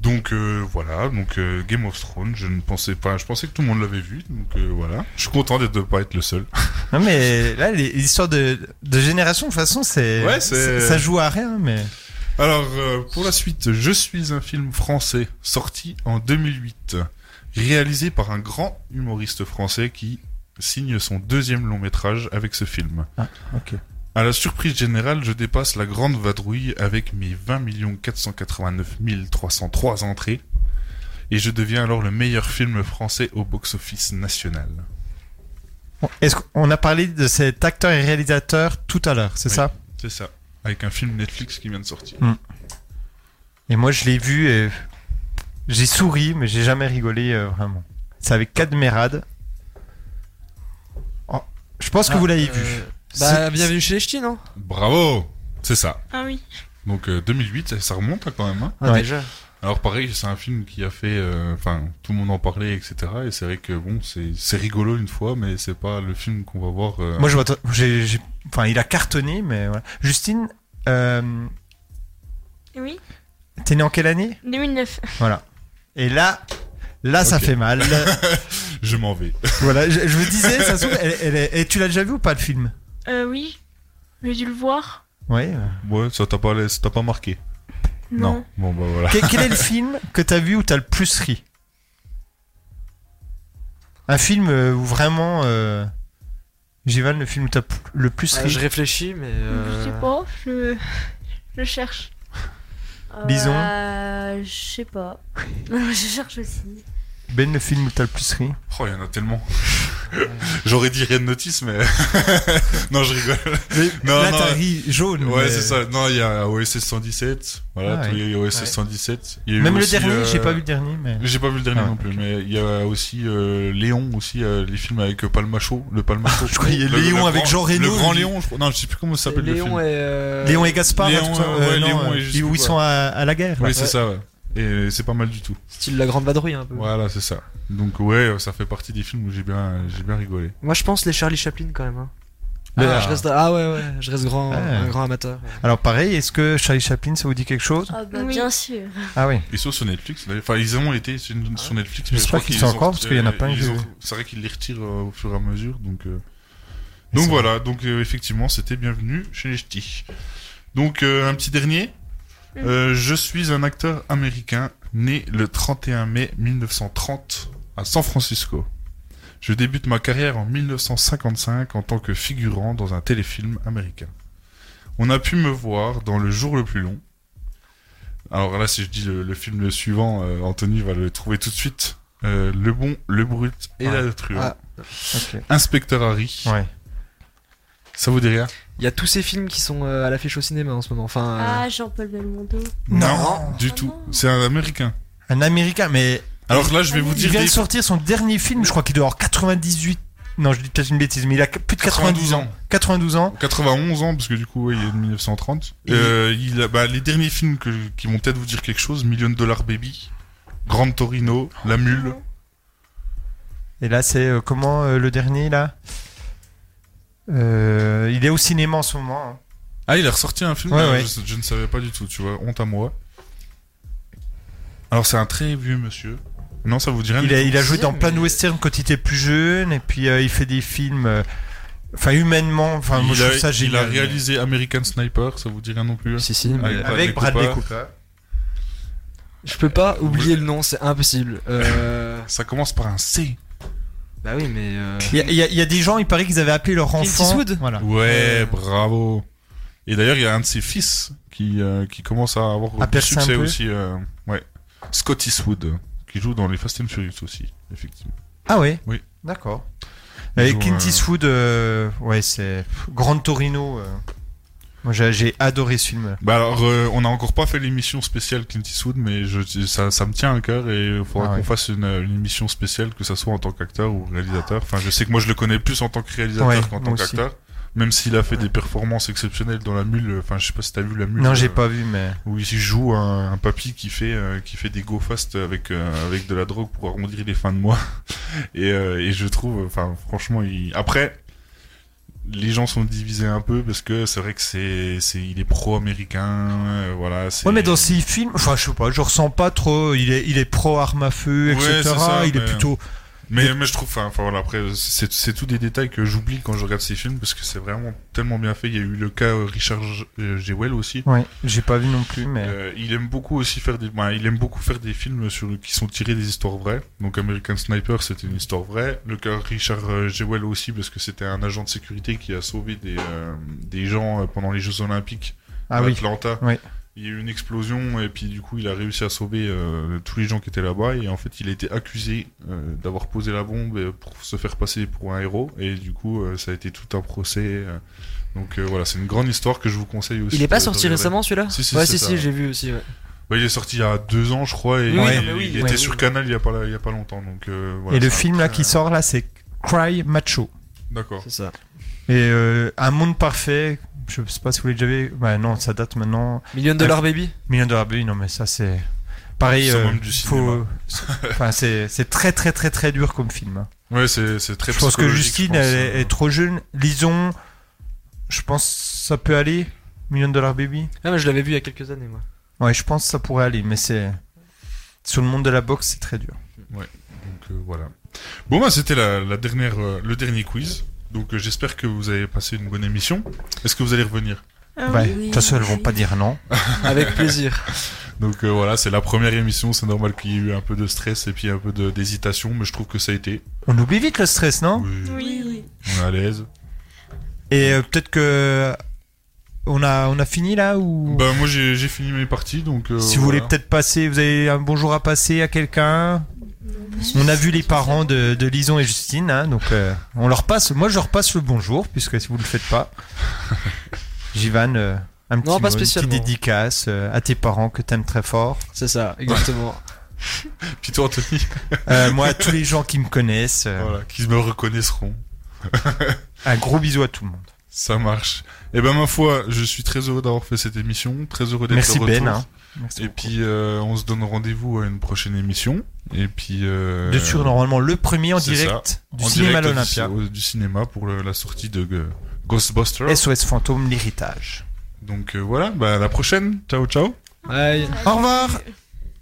donc euh, voilà donc euh, Game of Thrones je ne pensais pas je pensais que tout le monde l'avait vu donc euh, voilà je suis content d'être de pas être le seul Non mais là, les les histoires de, de génération, de toute façon, c'est Ouais, c'est- ça- ça joue à rien, mais Alors, euh, pour la suite, Je suis un film français sorti en 2008, réalisé par un grand humoriste français qui signe son deuxième long métrage avec ce film. Ah, ok. À la surprise générale, je dépasse la grande vadrouille avec mes 20 489 303 entrées et je deviens alors le meilleur film français au box-office national. Bon, Est-ce qu'on a parlé de cet acteur et réalisateur tout à l'heure, c'est Oui. ça C'est ça, avec un film Netflix qui vient de sortir. Et moi, je l'ai vu et j'ai souri, mais j'ai jamais rigolé euh, vraiment. C'est avec Cadmerade. Oh, je pense que Ah, vous l'avez euh, vu. Bah, C'est- bienvenue chez les ch'tis, non Bravo C'est ça. Ah oui. Donc euh, 2008, ça- ça remonte hein, quand même. Hein Ah, Ouais. déjà. Alors pareil, c'est un film qui a fait, euh, enfin, tout le monde en parlait, etc. Et c'est vrai que bon, c'est c'est rigolo une fois, mais c'est pas le film qu'on va voir. euh, Moi, je vois. j'ai- j'ai- Enfin, il a cartonné, mais voilà. Justine, euh, Oui. t'es née en quelle année 2009. Voilà. Et là, là, ça Ok. fait mal. je m'en vais. voilà. Je, je me disais, ça se trouve, elle- elle est- et tu l'as déjà vu ou pas le film Euh, oui. J'ai dû le voir. Ouais. Ouais, ça t'a pas, ça t'a pas marqué. Non. Bon bah voilà. Que- quel est le film que t'as vu où t'as le plus ri Un film euh, où vraiment. Euh... Gival, le film où t'as p- le plus Ah, ri. je réfléchis, mais. euh, Je sais pas. Je, je cherche. Euh, Lison. Je sais pas. je cherche aussi. Ben, le film où t'as le plus ri. Oh, il y en a tellement. J'aurais dit Red Notice, mais non, je rigole. Non, Là, non, t'as ouais. ri jaune. Ouais, mais- c'est ça. Non, il y a OSS 117. Voilà, Ah, tous ouais. les OSS Ouais. 117. Il y a eu Même le aussi, dernier, euh, j'ai pas vu le dernier, mais. J'ai pas vu le dernier Ah, non plus, mais il y a aussi euh, Léon aussi euh, les films avec euh, Palmacho, le Palmacho. Je croyais Léon avec Jean Reno, Le grand lui. Léon, je crois. Non, je sais plus comment ça s'appelle le film. Léon et. euh, Léon et Gaspard, Léon, tout ça, euh, ouais, Léon et je sais où plus ils sont à, à la guerre. Oui, là. c'est ça. Ouais. Et c'est pas mal du tout. Style la grande vadrouille, un peu. Voilà, c'est ça. euh, Donc ouais, ça fait partie des films où j'ai bien, j'ai bien rigolé. Moi, je pense les Charlie Chaplin, quand même. hein. Le- Ah, je reste, ah ouais, ouais, je reste grand, Ah. un grand amateur. Alors pareil, est-ce que Charlie Chaplin, ça vous dit quelque chose Ah bah Oui. bien sûr. Ah oui. Ils sont sur Netflix. d'ailleurs. Enfin, ils ont été sur Ah. sur Netflix. Je mais sais crois pas qu'ils sont les ont encore, parce qu'il y en a retirés. plein que Ils j'ai ont- vu. C'est vrai qu'ils les retirent euh, au fur et à mesure. Donc, euh, Ils donc sont- voilà. Donc euh, effectivement, c'était bienvenu chez les ch'tis. Donc euh, un petit dernier. Mm. Euh, je suis un acteur américain né le 31 mai 1930 à San Francisco. Je débute ma carrière en 1955 en tant que figurant dans un téléfilm américain. On a pu me voir dans Le jour le plus long. Alors là, si je dis le, le film le suivant, euh, Anthony va le trouver tout de suite. Euh, le bon, le brut et Ouais. la truand. Ah. Ok. Inspecteur Harry. Ouais. Ça vous dit rien Il y a tous ces films qui sont euh, à l'affiche au cinéma en ce moment. Enfin, euh, Ah Jean-Paul Belmondo. Non. du Ah tout. non. C'est un Américain. Un Américain, mais Alors là, je vais vous il dire vient des de sortir son dernier film. Je crois qu'il doit avoir 98. Non, je dis peut-être une bêtise, mais il a plus de 92 ans. 92 ans. 91 ans, parce que du coup, ouais, il est de 1930. Euh, il a- bah, les derniers films que, qui vont peut-être vous dire quelque chose, Million Dollar Baby, Grande Torino, La Mule. Et là, c'est euh, comment euh, le dernier là Euh, Il est au cinéma en ce moment. hein. Ah, il a ressorti un film, Ouais, euh, ouais. Je, je ne savais pas du tout, tu vois, honte à moi. Alors, c'est un très vieux monsieur. Non, ça vous dirait Il a, il a joué si, dans plein de mais- westerns quand il était plus jeune, et puis euh, il fait des films. euh, Enfin, humainement, enfin, Ah, moi je trouve ça il a génial. réalisé Américan Sniper, ça vous dirait non plus euh, hein. si, si, mais- Avec- avec Bradley Bradley Cooper. je peux pas oublier le nom, c'est impossible. Euh, Ça commence par un C. bah oui, mais. euh, Il y, a- il y a- il y a des gens, il paraît qu'ils avaient appelé leur enfant. Eastwood voilà. Ouais, Euh. bravo. Et d'ailleurs, il y a un de ses fils qui, euh, qui commence à avoir À du percer un succès peu. aussi. euh, ouais. Scott Eastwood, qui joue dans les Fast and Furious aussi, effectivement. Ah ouais. Oui. D'accord. Ils Et jouent, Clint euh, Eastwood, euh, ouais, c'est Grande Torino. euh, Moi, j'ai j'ai adoré ce film. Bah alors, euh, on n'a encore pas fait l'émission spéciale Clint Eastwood, mais je, ça, ça me tient à cœur et il faudra Ah qu'on ouais. fasse une, une émission spéciale, que ça soit en tant qu'acteur ou réalisateur. Enfin, je sais que moi, je le connais plus en tant que réalisateur Ouais, qu'en moi tant aussi. qu'acteur. Même s'il a fait des performances exceptionnelles dans La Mule, enfin, je sais pas si t'as vu La Mule. Non, j'ai euh, pas vu, mais où il joue un, un papy qui fait euh, qui fait des go fast avec euh, avec de la drogue pour arrondir les fins de mois et, euh, et je trouve enfin franchement il... après les gens sont divisés un peu parce que c'est vrai que c'est c'est il est pro américain voilà c'est ouais, mais dans ces films, enfin, je sais pas, je ressens pas trop. Il est, il est pro arme à feu, Ouais, etc. c'est ça, il mais- est plutôt. mais, mais je trouve enfin enfin, voilà après c'est c'est tous des détails que j'oublie quand je regarde ces films parce que c'est vraiment tellement bien fait il y a eu le cas euh, Richard G- euh, Jewell aussi Ouais, j'ai pas vu non plus, mais. Euh, il aime beaucoup aussi faire des, ouais, il aime beaucoup faire des films sur qui sont tirés des histoires vraies. Donc American Sniper, c'était une histoire vraie. Le cas Richard euh, Jewell aussi parce que c'était un agent de sécurité qui a sauvé des euh, des gens euh, pendant les Jeux Olympiques ah à oui. Atlanta. Ouais. Il y a eu une explosion et puis du coup il a réussi à sauver euh, tous les gens qui étaient là-bas et en fait il a été accusé euh, d'avoir posé la bombe euh, pour se faire passer pour un héros et du coup euh, ça a été tout un procès. euh. donc euh, voilà c'est une grande histoire que je vous conseille aussi. Il est pas de- de sorti regarder. récemment celui-là Si, si, Ouais, c'est si, ça, si, ouais. j'ai vu aussi. ouais. Ouais, Bah, il est sorti il y a deux ans, je crois, et Oui, il, oui, mais oui, il oui, était oui, sur oui. Canal il y a pas, il y a pas longtemps. Donc, euh, voilà, Et le c'est un film là très- qui sort là, c'est Cry Macho. D'accord. C'est ça. Et euh, Un monde parfait, je sais pas si vous l'avez déjà vu. Bah non, ça date maintenant. Million Dollar Baby Million Dollar Baby, non mais ça c'est pareil. C'est euh, même du cinéma. c'est- Enfin c'est c'est très très très très dur comme film. hein. Ouais, c'est c'est très Je pense que psychologique, Justine je pense, elle euh, est- est trop jeune. Lison, je pense ça peut aller. Million Dollar Baby. Ah, mais je l'avais vu il y a quelques années, moi. Ouais, je pense ça pourrait aller, mais c'est sur le monde de la boxe c'est très dur. donc, euh, voilà. Bon, bah, c'était la, la dernière, euh, le dernier quiz. Donc, euh, j'espère que vous avez passé une bonne émission. Est-ce que vous allez revenir Ah Ouais, oui. de toute façon elles vont pas dire non. Avec plaisir. Donc, euh, voilà, c'est la première émission. C'est normal qu'il y ait eu un peu de stress et puis un peu de- d'hésitation, mais je trouve que ça a été. On oublie vite le stress, non Oui, Oui, oui. On est à l'aise. Et euh, peut-être que on a on a fini là ou Bah, moi, j'ai j'ai fini mes parties, donc. euh, Si vous voulez voilà. peut-être passer, vous avez un bonjour à passer à quelqu'un. On a vu les parents de, de Lison et Justine, hein, donc euh, on leur passe. Moi, je leur passe le bonjour, puisque si vous le faites pas, Jivan, euh, un petit Non, pas mot, une petite spécialement. dédicace euh, à tes parents que t'aimes très fort. C'est ça, exactement. Puis toi, Anthony, Euh, moi, à tous les gens qui me connaissent, euh, voilà, qu'ils me reconnaîtront. un gros bisou à tout le monde. Ça marche. Eh ben ma foi, je suis très heureux d'avoir fait cette émission, très heureux d'être Merci de retour. Ben. hein. Merci Et beaucoup. puis euh, on se donne rendez-vous à une prochaine émission. Et puis euh, de sûr, normalement, le premier en c'est direct du en cinéma direct l'Olympia. Du, du cinéma pour le- la sortie de euh, Ghostbusters. SOS Fantôme, l'héritage. Donc euh, voilà, bah, à la prochaine. Ciao, ciao. Ouais. Au revoir